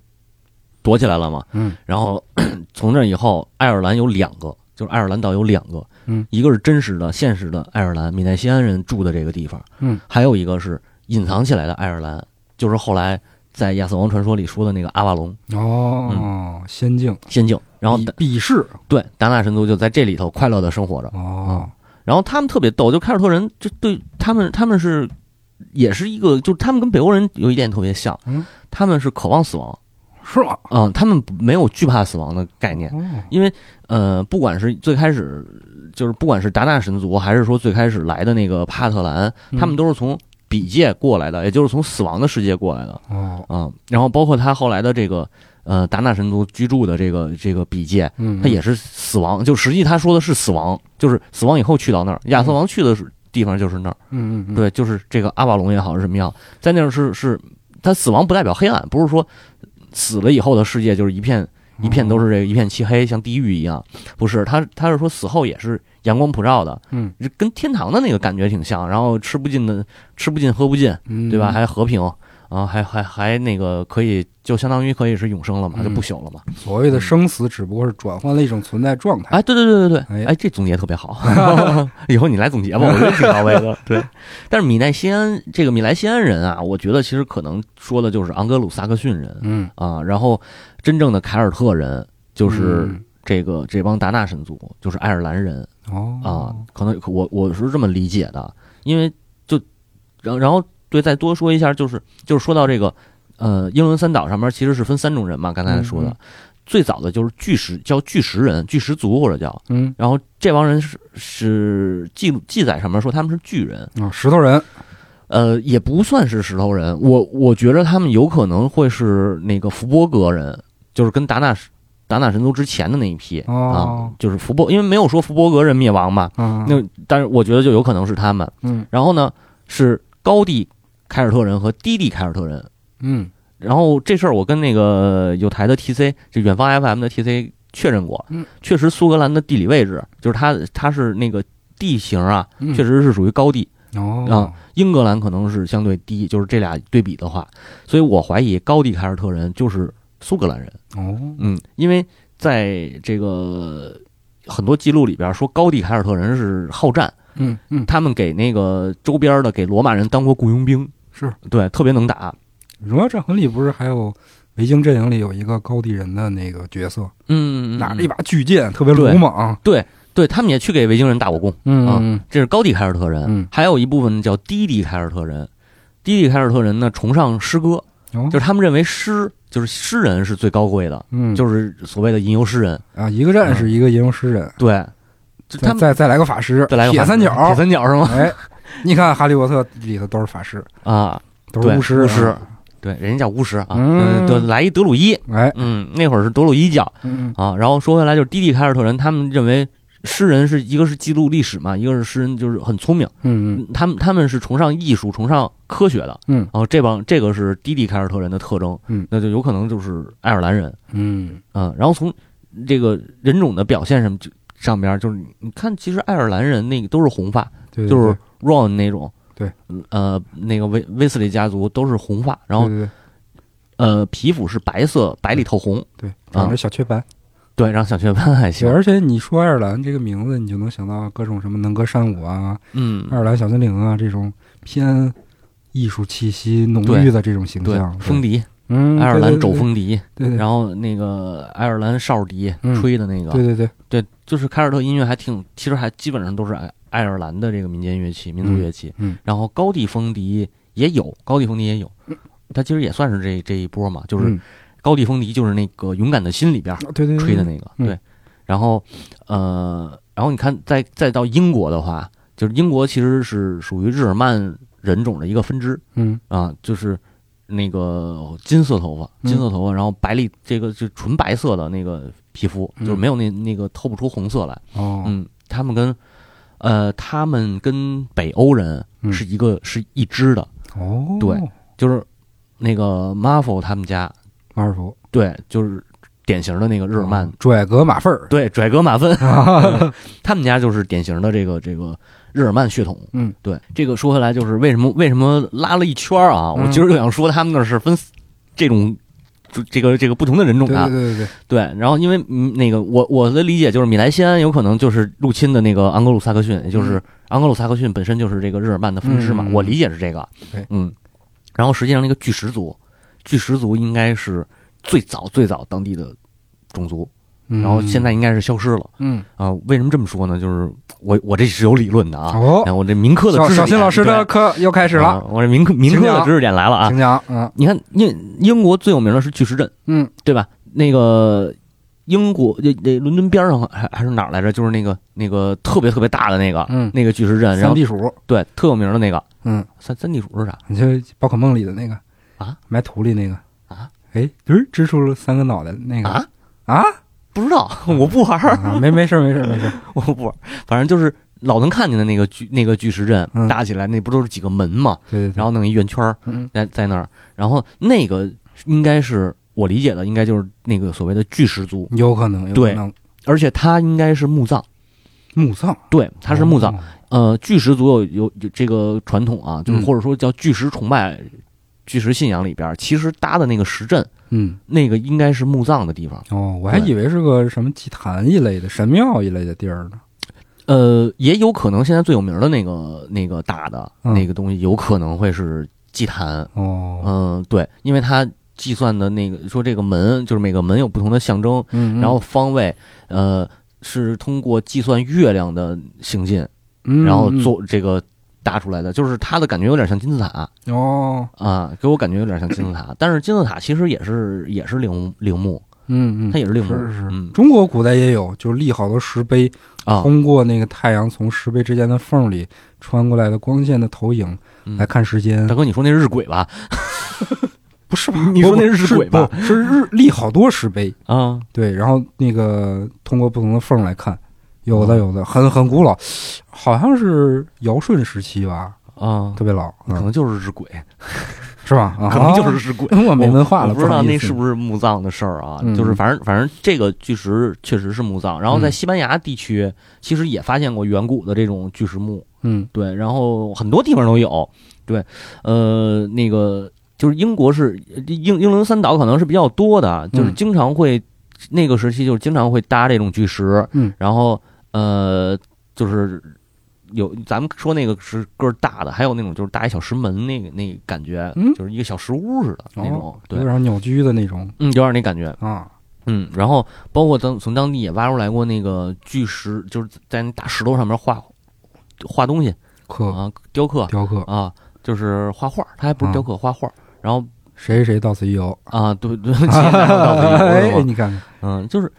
[SPEAKER 2] 躲起来了嘛。
[SPEAKER 1] 嗯
[SPEAKER 2] 然后 从那以后，爱尔兰有两个，就是爱尔兰岛有两个，
[SPEAKER 1] 嗯，
[SPEAKER 2] 一个是真实的、现实的爱尔兰米奈西安人住的这个地方，
[SPEAKER 1] 嗯，
[SPEAKER 2] 还有一个是隐藏起来的爱尔兰，就是后来在《亚瑟王传说》里说的那个阿瓦隆
[SPEAKER 1] 哦，仙境，
[SPEAKER 2] 仙境，嗯然后
[SPEAKER 1] 比
[SPEAKER 2] 达
[SPEAKER 1] 比试
[SPEAKER 2] 对达纳神族就在这里头快乐的生活着。
[SPEAKER 1] 哦，
[SPEAKER 2] 然后他们特别逗，就凯尔特人就对他们，他们是也是一个，就他们跟北欧人有一点特别像，
[SPEAKER 1] 嗯
[SPEAKER 2] 他们是渴望死亡，
[SPEAKER 1] 是吗？
[SPEAKER 2] 嗯，他们没有惧怕死亡的概念，
[SPEAKER 1] 哦，
[SPEAKER 2] 因为呃，不管是最开始就是不管是达纳神族，还是说最开始来的那个帕特兰，
[SPEAKER 1] 嗯
[SPEAKER 2] 他们都是从比界过来的，也就是从死亡的世界过来的
[SPEAKER 1] 哦，
[SPEAKER 2] 啊、嗯然后包括他后来的这个呃达纳神族居住的这个这个比界，
[SPEAKER 1] 嗯，
[SPEAKER 2] 他也是死亡，就实际他说的是死亡，就是死亡以后去到那儿，亚瑟王去的是地方就是那儿，
[SPEAKER 1] 嗯，嗯嗯，
[SPEAKER 2] 对，就是这个阿瓦隆也好是什么样，在那儿是是，他死亡不代表黑暗，不是说死了以后的世界就是一片一片都是这个一片漆黑，像地狱一样，不是，他他是说死后也是阳光普照的，
[SPEAKER 1] 嗯，
[SPEAKER 2] 跟天堂的那个感觉挺像，然后吃不尽的吃不尽喝不尽，
[SPEAKER 1] 嗯，
[SPEAKER 2] 对吧？还和平。啊，还还还那个可以，就相当于可以是永生了嘛，
[SPEAKER 1] 嗯
[SPEAKER 2] 就不朽了嘛。
[SPEAKER 1] 所谓的生死，只不过是转换了一种存在状态。
[SPEAKER 2] 哎，对对对对
[SPEAKER 1] 哎
[SPEAKER 2] 对，哎，这总结特 别好，以后你来总结吧，我觉得挺到位的。对，但是米奈西安这个米莱西安人啊，我觉得其实可能说的就是昂格鲁萨克逊人
[SPEAKER 1] 嗯，
[SPEAKER 2] 啊，然后真正的凯尔特人就是这个、这帮达纳神族，就是爱尔兰人
[SPEAKER 1] 嗯
[SPEAKER 2] 啊
[SPEAKER 1] 哦，，
[SPEAKER 2] 可能我我是这么理解的，因为就然然后对，再多说一下，就是就是说到这个呃，英伦三岛上面其实是分三种人嘛，刚才说
[SPEAKER 1] 嗯
[SPEAKER 2] 的。
[SPEAKER 1] 嗯
[SPEAKER 2] 最早的就是巨石，叫巨石人、巨石族或者叫，
[SPEAKER 1] 嗯
[SPEAKER 2] 然后这帮人是是记录记载上面说他们是巨人，
[SPEAKER 1] 啊，石头人，
[SPEAKER 2] 呃，也不算是石头人，我我觉着他们有可能会是那个福波格人，就是跟达纳达纳神族之前的那一批、
[SPEAKER 1] 哦
[SPEAKER 2] 啊，就是福波，因为没有说福波格人灭亡嘛，
[SPEAKER 1] 啊，
[SPEAKER 2] 那但是我觉得就有可能是他们。
[SPEAKER 1] 嗯
[SPEAKER 2] 然后呢，是高地凯尔特人和低地凯尔特人。
[SPEAKER 1] 嗯
[SPEAKER 2] 然后这事儿我跟那个有台的 TC，这远方 FM 的 TC 确认过，
[SPEAKER 1] 嗯
[SPEAKER 2] 确实苏格兰的地理位置就是它它是那个地形啊，
[SPEAKER 1] 嗯，
[SPEAKER 2] 确实啊是属于高地。
[SPEAKER 1] 哦，
[SPEAKER 2] 英格兰可能是相对低，就是这俩对比的话，所以我怀疑高地凯尔特人就是苏格兰人。
[SPEAKER 1] 哦，
[SPEAKER 2] 嗯，因为在这个很多记录里边说高地凯尔特人是好战，
[SPEAKER 1] 嗯嗯，
[SPEAKER 2] 他们给那个周边的给罗马人当过雇佣兵，
[SPEAKER 1] 是
[SPEAKER 2] 对，特别能打。
[SPEAKER 1] 荣耀战魂里不是还有维京阵营里有一个高地人的那个角色，
[SPEAKER 2] 嗯
[SPEAKER 1] 拿着一把巨剑，特别鲁莽。
[SPEAKER 2] 对他们也去给维京人打过工，
[SPEAKER 1] 嗯
[SPEAKER 2] 这是高地凯尔特人。
[SPEAKER 1] 嗯
[SPEAKER 2] 还有一部分叫低地凯尔特人，低地凯尔特人呢崇尚诗歌，
[SPEAKER 1] 哦
[SPEAKER 2] 就是他们认为诗就是诗人是最高贵的，
[SPEAKER 1] 嗯，
[SPEAKER 2] 就是所谓的吟游诗人。
[SPEAKER 1] 啊，一个
[SPEAKER 2] 嗯
[SPEAKER 1] 战士，一个吟游诗人，
[SPEAKER 2] 对，就
[SPEAKER 1] 再
[SPEAKER 2] 他们
[SPEAKER 1] 再再来个法师，
[SPEAKER 2] 再来个
[SPEAKER 1] 铁
[SPEAKER 2] 法
[SPEAKER 1] 三角，
[SPEAKER 2] 铁三角是吗？
[SPEAKER 1] 哎，你看《哈利波特》里头都是法师，
[SPEAKER 2] 啊，
[SPEAKER 1] 都是
[SPEAKER 2] 对
[SPEAKER 1] 师，
[SPEAKER 2] 巫
[SPEAKER 1] 巫
[SPEAKER 2] 师，对，人家叫巫师啊，
[SPEAKER 1] 嗯
[SPEAKER 2] 对，来一德鲁伊，
[SPEAKER 1] 哎，
[SPEAKER 2] 嗯，那会儿是德鲁伊教。
[SPEAKER 1] 嗯
[SPEAKER 2] 啊，然后说回来，就是低地凯尔特人，他们认为诗人是一个是记录历史嘛，一个是诗人就是很聪明，
[SPEAKER 1] 嗯
[SPEAKER 2] 他们他们是崇尚艺术、崇尚科学的，
[SPEAKER 1] 嗯
[SPEAKER 2] 然后这帮这个是低地凯尔特人的特征，
[SPEAKER 1] 嗯，
[SPEAKER 2] 那就有可能就是爱尔兰人，
[SPEAKER 1] 嗯
[SPEAKER 2] 嗯，然后从这个人种的表现上就上边儿，就是你你看，其实爱尔兰人那个都是红发，
[SPEAKER 1] 嗯，对，
[SPEAKER 2] 就
[SPEAKER 1] 对
[SPEAKER 2] 是 Ron 那种，
[SPEAKER 1] 对，
[SPEAKER 2] 呃，那个威威斯利家族都是红发，然后
[SPEAKER 1] 对对对
[SPEAKER 2] 呃皮肤是白色，白里透红，
[SPEAKER 1] 对，长着小雀斑。
[SPEAKER 2] 对，让小雀斑还
[SPEAKER 1] 对，
[SPEAKER 2] 啊行，
[SPEAKER 1] 而且你说爱尔兰这个名字，你就能想到各种什么能歌善舞啊、
[SPEAKER 2] 嗯
[SPEAKER 1] 爱，尔兰小精灵啊这种偏艺术气息浓郁的这种形
[SPEAKER 2] 对
[SPEAKER 1] 象，，
[SPEAKER 2] 风
[SPEAKER 1] 笛，
[SPEAKER 2] 笛，
[SPEAKER 1] 嗯，
[SPEAKER 2] 爱尔兰
[SPEAKER 1] 对
[SPEAKER 2] 肘，风笛，
[SPEAKER 1] 对对对
[SPEAKER 2] 然后那个爱尔兰哨笛
[SPEAKER 1] 嗯
[SPEAKER 2] 吹的那个，
[SPEAKER 1] 对对对，
[SPEAKER 2] 对，就是凯尔特音乐还挺，其实还基本上都是爱爱尔兰的这个民间乐器、民族乐器。
[SPEAKER 1] 嗯嗯
[SPEAKER 2] 然后高地风笛也有，高地风笛也有，它其实也算是这这一波嘛，就是
[SPEAKER 1] 嗯哦
[SPEAKER 2] 高地风笛就是那个《勇敢的心》里边
[SPEAKER 1] 对对对
[SPEAKER 2] 吹的那个，
[SPEAKER 1] 嗯
[SPEAKER 2] 对。然后呃，然后你看，再再到英国的话，就是英国其实是属于日耳曼人种的一个分支，
[SPEAKER 1] 嗯
[SPEAKER 2] 啊，就是那个金色头发，
[SPEAKER 1] 嗯
[SPEAKER 2] 金色头发，然后白里这个就纯白色的那个皮肤，
[SPEAKER 1] 嗯
[SPEAKER 2] 就是没有那那个透不出红色来。
[SPEAKER 1] 哦，
[SPEAKER 2] 嗯，他们跟呃，他们跟北欧人
[SPEAKER 1] 嗯
[SPEAKER 2] 是一个是一支的，
[SPEAKER 1] 哦，
[SPEAKER 2] 嗯对，就是那个 m a f o 他们家，
[SPEAKER 1] 马尔福，
[SPEAKER 2] 对，就是典型的那个日耳曼，
[SPEAKER 1] 哦拽格马粪儿，
[SPEAKER 2] 对，拽格 马芬，他们家就是典型的这个这个日耳曼血统。
[SPEAKER 1] 嗯，
[SPEAKER 2] 对，这个说回来就是为什么为什么拉了一圈儿啊？
[SPEAKER 1] 嗯
[SPEAKER 2] 我今儿就想说他们那儿是分四这种就这个这个不同的人种
[SPEAKER 1] 对对
[SPEAKER 2] 啊。
[SPEAKER 1] 对对对，
[SPEAKER 2] 对然后因为嗯那个我我的理解就是米莱西安有可能就是入侵的那个盎格鲁撒克逊，也就是盎格鲁撒克逊本身就是这个日耳曼的分支嘛，
[SPEAKER 1] 嗯
[SPEAKER 2] 我理解是这个
[SPEAKER 1] 对。
[SPEAKER 2] 嗯，然后实际上那个巨石族。巨石族应该是最早最早当地的种族，然后现在应该是消失了
[SPEAKER 1] 嗯，
[SPEAKER 2] 啊、为什么这么说呢？就是我我这是有理论的啊，
[SPEAKER 1] 哦
[SPEAKER 2] 哎我这民科的
[SPEAKER 1] 小
[SPEAKER 2] 知识
[SPEAKER 1] 小新
[SPEAKER 2] 点
[SPEAKER 1] 老师的
[SPEAKER 2] 对
[SPEAKER 1] 课又开始
[SPEAKER 2] 啊
[SPEAKER 1] 了，
[SPEAKER 2] 我这民科民科
[SPEAKER 1] 请
[SPEAKER 2] 的
[SPEAKER 1] 讲
[SPEAKER 2] 知识点来了啊
[SPEAKER 1] 请！讲，嗯
[SPEAKER 2] 你看英英国最有名的是巨石阵，
[SPEAKER 1] 嗯，
[SPEAKER 2] 对吧？那个英国那那伦敦边上还还是哪儿来着？就是那个那个特别特别大的那个、
[SPEAKER 1] 嗯
[SPEAKER 2] 那个巨石阵，啊然
[SPEAKER 1] 三
[SPEAKER 2] 后
[SPEAKER 1] 地鼠，
[SPEAKER 2] 对特有名的那个
[SPEAKER 1] 嗯，
[SPEAKER 2] 三三地主是啥？
[SPEAKER 1] 你就宝可梦里的那个
[SPEAKER 2] 啊，
[SPEAKER 1] 埋土里那个
[SPEAKER 2] 啊，
[SPEAKER 1] 哎，对，支出了三个脑袋那个
[SPEAKER 2] 啊
[SPEAKER 1] 啊
[SPEAKER 2] 不知道，我不玩儿，
[SPEAKER 1] 啊，没没事儿没事儿没事儿，
[SPEAKER 2] 我不玩儿，反正就是老能看见的那个巨那个巨石阵
[SPEAKER 1] 嗯
[SPEAKER 2] 搭起来，那不都是几个门嘛？
[SPEAKER 1] 对对对，
[SPEAKER 2] 然后弄一圆圈儿
[SPEAKER 1] 嗯
[SPEAKER 2] 在在那儿，然后那个应该是我理解的，应该就是那个所谓的巨石族，
[SPEAKER 1] 有可能有可
[SPEAKER 2] 对
[SPEAKER 1] 能
[SPEAKER 2] 而且它应该是墓葬，
[SPEAKER 1] 墓葬，
[SPEAKER 2] 对，它是墓葬。
[SPEAKER 1] 哦，
[SPEAKER 2] 呃，巨石族有有有这个传统啊，就是
[SPEAKER 1] 嗯
[SPEAKER 2] 或者说叫巨石崇拜、巨石信仰里边儿，其实搭的那个石阵，
[SPEAKER 1] 嗯。
[SPEAKER 2] 那个应该是墓葬的地方。
[SPEAKER 1] 哦，我还
[SPEAKER 2] 对
[SPEAKER 1] 以为是个什么祭坛一类的、神庙一类的地儿呢。
[SPEAKER 2] 呃，也有可能现在最有名的那个那个大的、
[SPEAKER 1] 嗯
[SPEAKER 2] 那个东西，有可能会是祭坛。
[SPEAKER 1] 哦，
[SPEAKER 2] 嗯、对，因为它计算的那个说这个门就是每个门有不同的象征，
[SPEAKER 1] 嗯，嗯
[SPEAKER 2] 然后方位，呃，是通过计算月亮的行进，
[SPEAKER 1] 嗯
[SPEAKER 2] 然后做这个搭出来的，就是它的感觉有点像金字塔。
[SPEAKER 1] 嗯哦，
[SPEAKER 2] 啊，给我感觉有点像金字塔，但是金字塔其实也是也是陵陵墓，
[SPEAKER 1] 嗯嗯，
[SPEAKER 2] 它也是陵墓，
[SPEAKER 1] 是是是
[SPEAKER 2] 嗯
[SPEAKER 1] 中国古代也有，就是立好多石碑，
[SPEAKER 2] 啊，
[SPEAKER 1] 通过那个太阳从石碑之间的缝里穿过来的光线的投影
[SPEAKER 2] 嗯
[SPEAKER 1] 来看时间
[SPEAKER 2] 大。哥，你说那日晷吧？
[SPEAKER 1] 不是吧？
[SPEAKER 2] 你说
[SPEAKER 1] 不
[SPEAKER 2] 那是
[SPEAKER 1] 是
[SPEAKER 2] 鬼吧
[SPEAKER 1] 不是日立好多石碑，
[SPEAKER 2] 啊，
[SPEAKER 1] 对，然后那个通过不同的缝来看，有
[SPEAKER 2] 嗯
[SPEAKER 1] 的有的很很古老，好像是尧舜时期吧，
[SPEAKER 2] 啊，
[SPEAKER 1] 特别老，嗯
[SPEAKER 2] 可能就是日晷，
[SPEAKER 1] 是吧？啊
[SPEAKER 2] 可能就是日晷。
[SPEAKER 1] 我没文化了，
[SPEAKER 2] 我不知
[SPEAKER 1] 好
[SPEAKER 2] 道
[SPEAKER 1] 意
[SPEAKER 2] 那
[SPEAKER 1] 思
[SPEAKER 2] 是不是墓葬的事儿啊，
[SPEAKER 1] 嗯
[SPEAKER 2] 就是反正反正这个巨石确实是墓葬，然后在
[SPEAKER 1] 嗯
[SPEAKER 2] 西班牙地区其实也发现过远古的这种巨石墓，
[SPEAKER 1] 嗯
[SPEAKER 2] 对，然后很多地方都有，对，呃，那个就是英国是英英伦三岛可能是比较多的，啊就是
[SPEAKER 1] 嗯
[SPEAKER 2] 经常会、那个时期就是经常会搭这种巨石，
[SPEAKER 1] 嗯，
[SPEAKER 2] 然后呃，就是有咱们说那个是个儿大的，还有那种就是搭一小石门那个那个感觉，
[SPEAKER 1] 嗯
[SPEAKER 2] 就是一个小石屋似的那种，
[SPEAKER 1] 哦有
[SPEAKER 2] 对，
[SPEAKER 1] 点扭曲的那种
[SPEAKER 2] 嗯，有点那感觉，
[SPEAKER 1] 啊，
[SPEAKER 2] 嗯，然后包括当从当地也挖出来过那个巨石，就是在那大石头上面画画东西
[SPEAKER 1] 刻
[SPEAKER 2] 啊，雕刻，
[SPEAKER 1] 雕刻，
[SPEAKER 2] 啊，就是画画，他还不
[SPEAKER 1] 嗯
[SPEAKER 2] 是雕刻，画画。然后
[SPEAKER 1] 谁谁谁到此一游，
[SPEAKER 2] 啊，对对， 其实拿不到的
[SPEAKER 1] 哎，
[SPEAKER 2] 意思嘛
[SPEAKER 1] 你看看，
[SPEAKER 2] 嗯，就是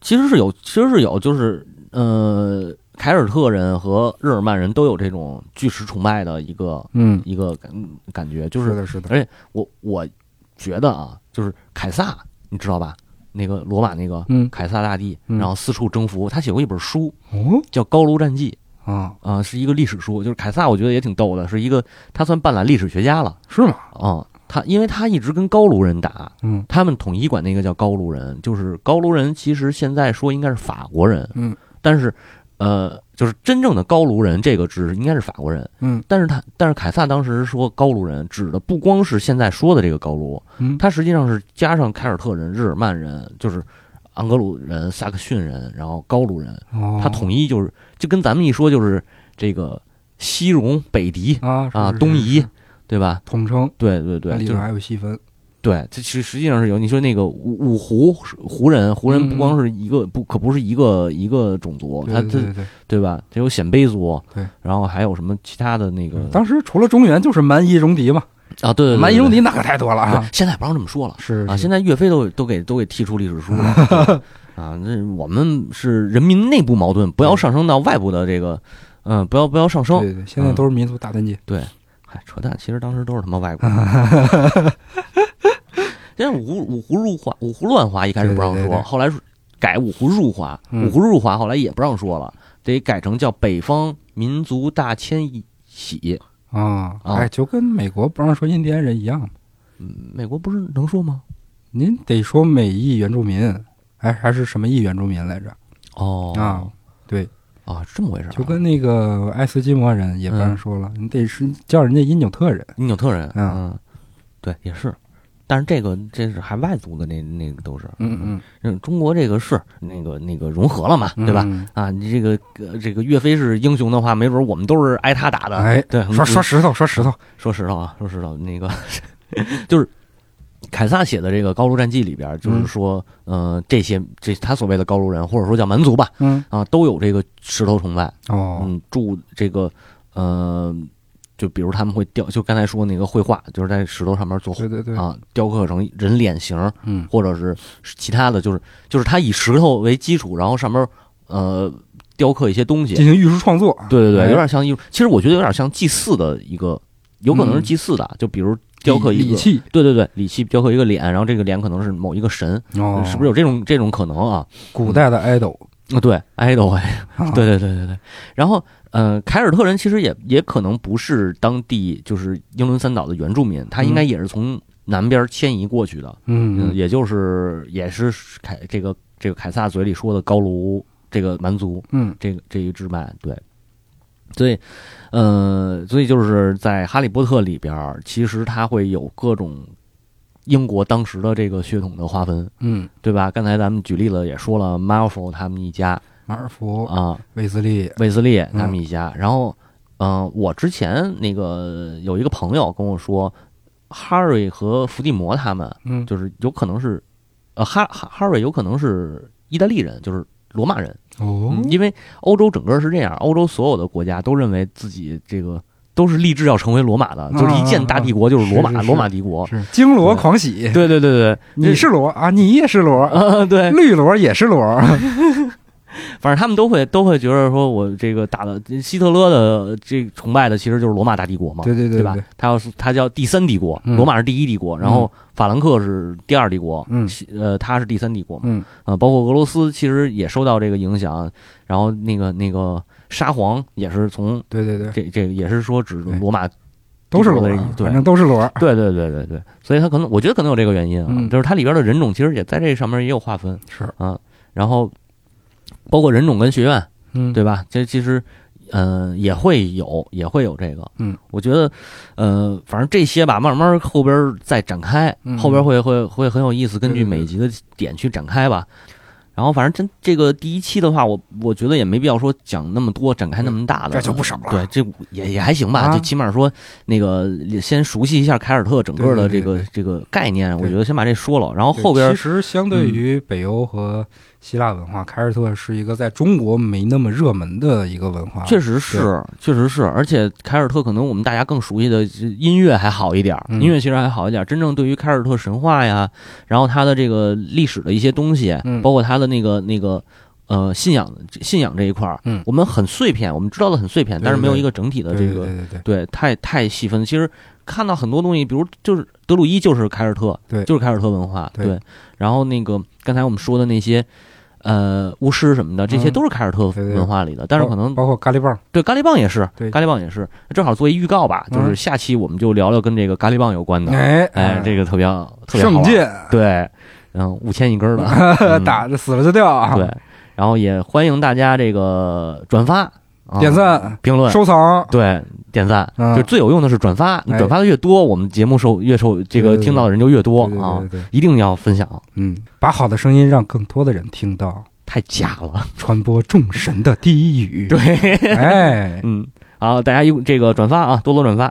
[SPEAKER 2] 其实是有，其实是有，就是呃，凯尔特人和日耳曼人都有这种巨石崇拜的一个
[SPEAKER 1] 嗯，
[SPEAKER 2] 一个感感觉，就是是
[SPEAKER 1] 的，是的，
[SPEAKER 2] 而且我我觉得啊，就是凯撒，你知道吧？那个罗马那个
[SPEAKER 1] 嗯，
[SPEAKER 2] 凯撒大帝，
[SPEAKER 1] 嗯
[SPEAKER 2] 然后四处征服，他写过一本书
[SPEAKER 1] 哦
[SPEAKER 2] 叫《高卢战记》。
[SPEAKER 1] 啊，
[SPEAKER 2] 啊、是一个历史书，就是凯撒，我觉得也挺逗的，是一个他算半拉历史学家了，
[SPEAKER 1] 是吗？
[SPEAKER 2] 啊、他因为他一直跟高卢人打，
[SPEAKER 1] 嗯
[SPEAKER 2] 他们统一管那个叫高卢人，就是高卢人，其实现在说应该是法国人，
[SPEAKER 1] 嗯，
[SPEAKER 2] 但是，呃，就是真正的高卢人这个指应该是法国人，
[SPEAKER 1] 嗯
[SPEAKER 2] 但是他但是凯撒当时说高卢人指的不光是现在说的这个高卢，
[SPEAKER 1] 嗯，
[SPEAKER 2] 他实际上是加上凯尔特人、日耳曼人，就是盎格鲁人、萨克逊人，然后高卢人，
[SPEAKER 1] 哦
[SPEAKER 2] 他统一就是就跟咱们一说就是这个西戎、北狄，
[SPEAKER 1] 啊
[SPEAKER 2] 啊
[SPEAKER 1] 是是
[SPEAKER 2] 东夷
[SPEAKER 1] 是
[SPEAKER 2] 对吧？
[SPEAKER 1] 统称，
[SPEAKER 2] 对对对
[SPEAKER 1] 那，里
[SPEAKER 2] 就
[SPEAKER 1] 头
[SPEAKER 2] 是
[SPEAKER 1] 还有细分，
[SPEAKER 2] 对，这实实际上是有。你说那个五五胡是胡人，胡人不光是一个不可不是一个一个种族，
[SPEAKER 1] 嗯对
[SPEAKER 2] 哦他
[SPEAKER 1] 对
[SPEAKER 2] 这
[SPEAKER 1] 对
[SPEAKER 2] 对吧？这有鲜卑族，
[SPEAKER 1] 对，
[SPEAKER 2] 然后还有什么其他的那个
[SPEAKER 1] 对，当时除了中原就是蛮夷戎狄嘛，
[SPEAKER 2] 啊，嗯对对对，
[SPEAKER 1] 蛮夷戎
[SPEAKER 2] 对
[SPEAKER 1] 狄那可太多了
[SPEAKER 2] 对
[SPEAKER 1] 啊，
[SPEAKER 2] 现在不让这么说了
[SPEAKER 1] 是
[SPEAKER 2] 啊，
[SPEAKER 1] 是
[SPEAKER 2] 现在岳飞都都给都给剔出历史书了 对啊。那我们是人民内部矛盾，不要上升到外部的这个，嗯，不要不要上升。
[SPEAKER 1] 对对，现在都是民族大团结，
[SPEAKER 2] 嗨，扯淡！其实当时都是他妈外国人。 现在五胡五胡入华，五胡乱华一开始不让说，
[SPEAKER 1] 对对对对
[SPEAKER 2] 后来改五胡入华，
[SPEAKER 1] 嗯
[SPEAKER 2] 五胡入华后来也不让说了，得改成叫北方民族大迁徙。
[SPEAKER 1] 啊，
[SPEAKER 2] 啊
[SPEAKER 1] 哎，就跟美国不让说印第安人一样，
[SPEAKER 2] 嗯，美国不是能说吗？
[SPEAKER 1] 您得说美裔原住民，哎，还是什么裔原住民来着？
[SPEAKER 2] 哦
[SPEAKER 1] 啊对
[SPEAKER 2] 啊，是这么回事、啊，
[SPEAKER 1] 就跟那个爱斯基摩人也不
[SPEAKER 2] 嗯
[SPEAKER 1] 让说了，你得是叫人家因纽特人。
[SPEAKER 2] 因纽特人，
[SPEAKER 1] 嗯
[SPEAKER 2] 嗯，对，也是。但是这个这是海外族的那那个都是，
[SPEAKER 1] 嗯嗯，
[SPEAKER 2] 嗯，中国这个是那个那个融合了嘛，对吧？
[SPEAKER 1] 嗯
[SPEAKER 2] 啊，你这个呃这个岳飞是英雄的话，没准儿我们都是挨他打的。
[SPEAKER 1] 哎
[SPEAKER 2] 对，
[SPEAKER 1] 说说
[SPEAKER 2] 嗯
[SPEAKER 1] 石头，说石头，
[SPEAKER 2] 说实话啊，说实话，那个就是凯撒写的这个高卢战记里边，
[SPEAKER 1] 嗯
[SPEAKER 2] 就是说，呃，这些这他所谓的高卢人，或者说叫蛮族吧，
[SPEAKER 1] 嗯，
[SPEAKER 2] 啊，都有这个石头崇拜，
[SPEAKER 1] 哦，
[SPEAKER 2] 嗯，住这个，呃，就比如他们会雕，就刚才说那个绘画，就是在石头上面做
[SPEAKER 1] 对对对，
[SPEAKER 2] 啊，雕刻成人脸型，
[SPEAKER 1] 嗯
[SPEAKER 2] 或者是其他的，就是就是他以石头为基础，然后上面呃雕刻一些东西，
[SPEAKER 1] 进行艺术创作，
[SPEAKER 2] 对对对，
[SPEAKER 1] 哎
[SPEAKER 2] 有点像一，其实我觉得有点像祭祀的一个，有可能是祭祀的，就比如雕刻
[SPEAKER 1] 嗯礼
[SPEAKER 2] 一
[SPEAKER 1] 礼
[SPEAKER 2] 个，
[SPEAKER 1] 器，
[SPEAKER 2] 对对对，礼器雕刻一个脸，然后这个脸可能是某一个神，
[SPEAKER 1] 哦，
[SPEAKER 2] 是不是有这种这种可能啊？
[SPEAKER 1] 古代的 idol？
[SPEAKER 2] 啊，对，idol，哎
[SPEAKER 1] 啊
[SPEAKER 2] 对对对对对。然后，呃，凯尔特人其实也也可能不是当地就是英伦三岛的原住民，他应该也是从南边迁移过去的，嗯，
[SPEAKER 1] 嗯，
[SPEAKER 2] 也就是也是凯这个这个凯撒嘴里说的高卢这个蛮族，
[SPEAKER 1] 嗯
[SPEAKER 2] 这个这一支脉，对，所以，呃，所以就是在《哈利波特》里边儿，其实它会有各种英国当时的这个血统的划分，
[SPEAKER 1] 嗯，
[SPEAKER 2] 对吧？刚才咱们举例了，也说了 Malfoy 他们一家
[SPEAKER 1] 马尔福、
[SPEAKER 2] 啊，
[SPEAKER 1] 卫斯利，
[SPEAKER 2] 卫斯理他们一家，然后，嗯、我之前那个有一个朋友跟我说，Harry 和伏地魔他们
[SPEAKER 1] 嗯，
[SPEAKER 2] 就是有可能是，呃，哈哈 Harry 有可能是意大利人，就是罗马人。
[SPEAKER 1] 哦
[SPEAKER 2] 嗯，因为欧洲整个是这样，欧洲所有的国家都认为自己这个都是立志要成为罗马的，
[SPEAKER 1] 嗯
[SPEAKER 2] 就是一建大帝国就是罗马，
[SPEAKER 1] 是是是
[SPEAKER 2] 罗马帝国。
[SPEAKER 1] 是京罗狂喜，
[SPEAKER 2] 哦对对对对，
[SPEAKER 1] 你是罗啊，你也是罗，
[SPEAKER 2] 啊， 对，啊
[SPEAKER 1] 绿罗也是罗，
[SPEAKER 2] 反正他们都会都会觉得说，我这个打的希特勒的这个崇拜的其实就是罗马大帝国嘛，
[SPEAKER 1] 对对对
[SPEAKER 2] 吧？？他要是他叫第三帝国，
[SPEAKER 1] 嗯
[SPEAKER 2] 罗马是第一帝国，然后法兰克是第二帝国，
[SPEAKER 1] 嗯
[SPEAKER 2] 西呃，他是第三帝国嘛，
[SPEAKER 1] 嗯
[SPEAKER 2] 啊、包括俄罗斯其实也受到这个影响，然后那个那个沙皇也是从
[SPEAKER 1] 对对对，
[SPEAKER 2] 这这个也是说指
[SPEAKER 1] 对
[SPEAKER 2] 罗马，
[SPEAKER 1] 都是罗
[SPEAKER 2] 帝国的，对
[SPEAKER 1] 反正都是罗，
[SPEAKER 2] 对对对对对，所以它可能我觉得可能有这个原因啊，
[SPEAKER 1] 嗯
[SPEAKER 2] 就是它里边的人种其实也在这上面也有划分
[SPEAKER 1] 是，
[SPEAKER 2] 啊，然后包括人种跟学院，
[SPEAKER 1] 嗯，
[SPEAKER 2] 对吧？这其实嗯、呃也会有也会有这个，
[SPEAKER 1] 嗯，
[SPEAKER 2] 我觉得呃反正这些吧，慢慢后边再展开，
[SPEAKER 1] 嗯
[SPEAKER 2] 后边会会会很有意思，根
[SPEAKER 1] 对对
[SPEAKER 2] 据
[SPEAKER 1] 对
[SPEAKER 2] 每集的点去展开吧。然后反正真这个第一期的话，我我觉得也没必要说讲那么多，展开那么大的，
[SPEAKER 1] 这就不少了
[SPEAKER 2] 对，这也也还行吧，
[SPEAKER 1] 啊
[SPEAKER 2] 就起码说那个先熟悉一下凯尔特整个的
[SPEAKER 1] 对对
[SPEAKER 2] 这个
[SPEAKER 1] 对
[SPEAKER 2] 这个概念，我
[SPEAKER 1] 对
[SPEAKER 2] 觉得先把这说了，然后
[SPEAKER 1] 对
[SPEAKER 2] 后边嗯
[SPEAKER 1] 其实相对于北欧和希腊文化，凯尔特是一个在中国没那么热门的一个文化，
[SPEAKER 2] 确实
[SPEAKER 1] 啊
[SPEAKER 2] 是，确实是，而且凯尔特可能我们大家更熟悉的是音乐还好一点儿，
[SPEAKER 1] 嗯
[SPEAKER 2] 音乐其实还好一点儿。真正对于凯尔特神话呀，然后它的这个历史的一些东西，
[SPEAKER 1] 嗯
[SPEAKER 2] 包括它的那个那个呃信仰信仰这一块儿，
[SPEAKER 1] 嗯
[SPEAKER 2] 我们很碎片，我们知道的很碎片，
[SPEAKER 1] 对
[SPEAKER 2] 但是没有
[SPEAKER 1] 对
[SPEAKER 2] 一个整体的
[SPEAKER 1] 对
[SPEAKER 2] 这
[SPEAKER 1] 对
[SPEAKER 2] 个
[SPEAKER 1] 对对对，
[SPEAKER 2] 对太太细分。其实看到很多东西，比如就是德鲁伊就是凯尔特，
[SPEAKER 1] 对
[SPEAKER 2] 就是凯尔特文化，
[SPEAKER 1] 对
[SPEAKER 2] 然后那个刚才我们说的那些。呃，巫师什么的，这些
[SPEAKER 1] 嗯
[SPEAKER 2] 都是凯尔特
[SPEAKER 1] 对对
[SPEAKER 2] 文化里的，但是可能
[SPEAKER 1] 包括咖喱棒，
[SPEAKER 2] 对，咖喱棒也是，
[SPEAKER 1] 对
[SPEAKER 2] 咖喱棒也是，正好做一预告吧，
[SPEAKER 1] 嗯
[SPEAKER 2] 就是下期我们就聊聊跟这个咖喱棒有关的，
[SPEAKER 1] 哎
[SPEAKER 2] 哎，这个特别特别好
[SPEAKER 1] 圣
[SPEAKER 2] 玩，
[SPEAKER 1] 剑
[SPEAKER 2] 对，嗯，五千一根儿的，嗯
[SPEAKER 1] 打着死了就掉啊，
[SPEAKER 2] 对，然后也欢迎大家这个转发、啊
[SPEAKER 1] 点赞、
[SPEAKER 2] 评论，
[SPEAKER 1] 收藏，
[SPEAKER 2] 对，点赞，
[SPEAKER 1] 嗯
[SPEAKER 2] 就最有用的是转发，你
[SPEAKER 1] 哎
[SPEAKER 2] 转发的越多，我们节目受越受这
[SPEAKER 1] 对对
[SPEAKER 2] 个
[SPEAKER 1] 对
[SPEAKER 2] 听到的人就越多
[SPEAKER 1] 对对
[SPEAKER 2] 啊
[SPEAKER 1] 对，对，对
[SPEAKER 2] 一定要分享，
[SPEAKER 1] 嗯，把好的声音让更多的人听到，
[SPEAKER 2] 太假 了，
[SPEAKER 1] 传播众神的第一语，
[SPEAKER 2] 对，
[SPEAKER 1] 哎，
[SPEAKER 2] 嗯，好，大家用这个转发啊，多多转发，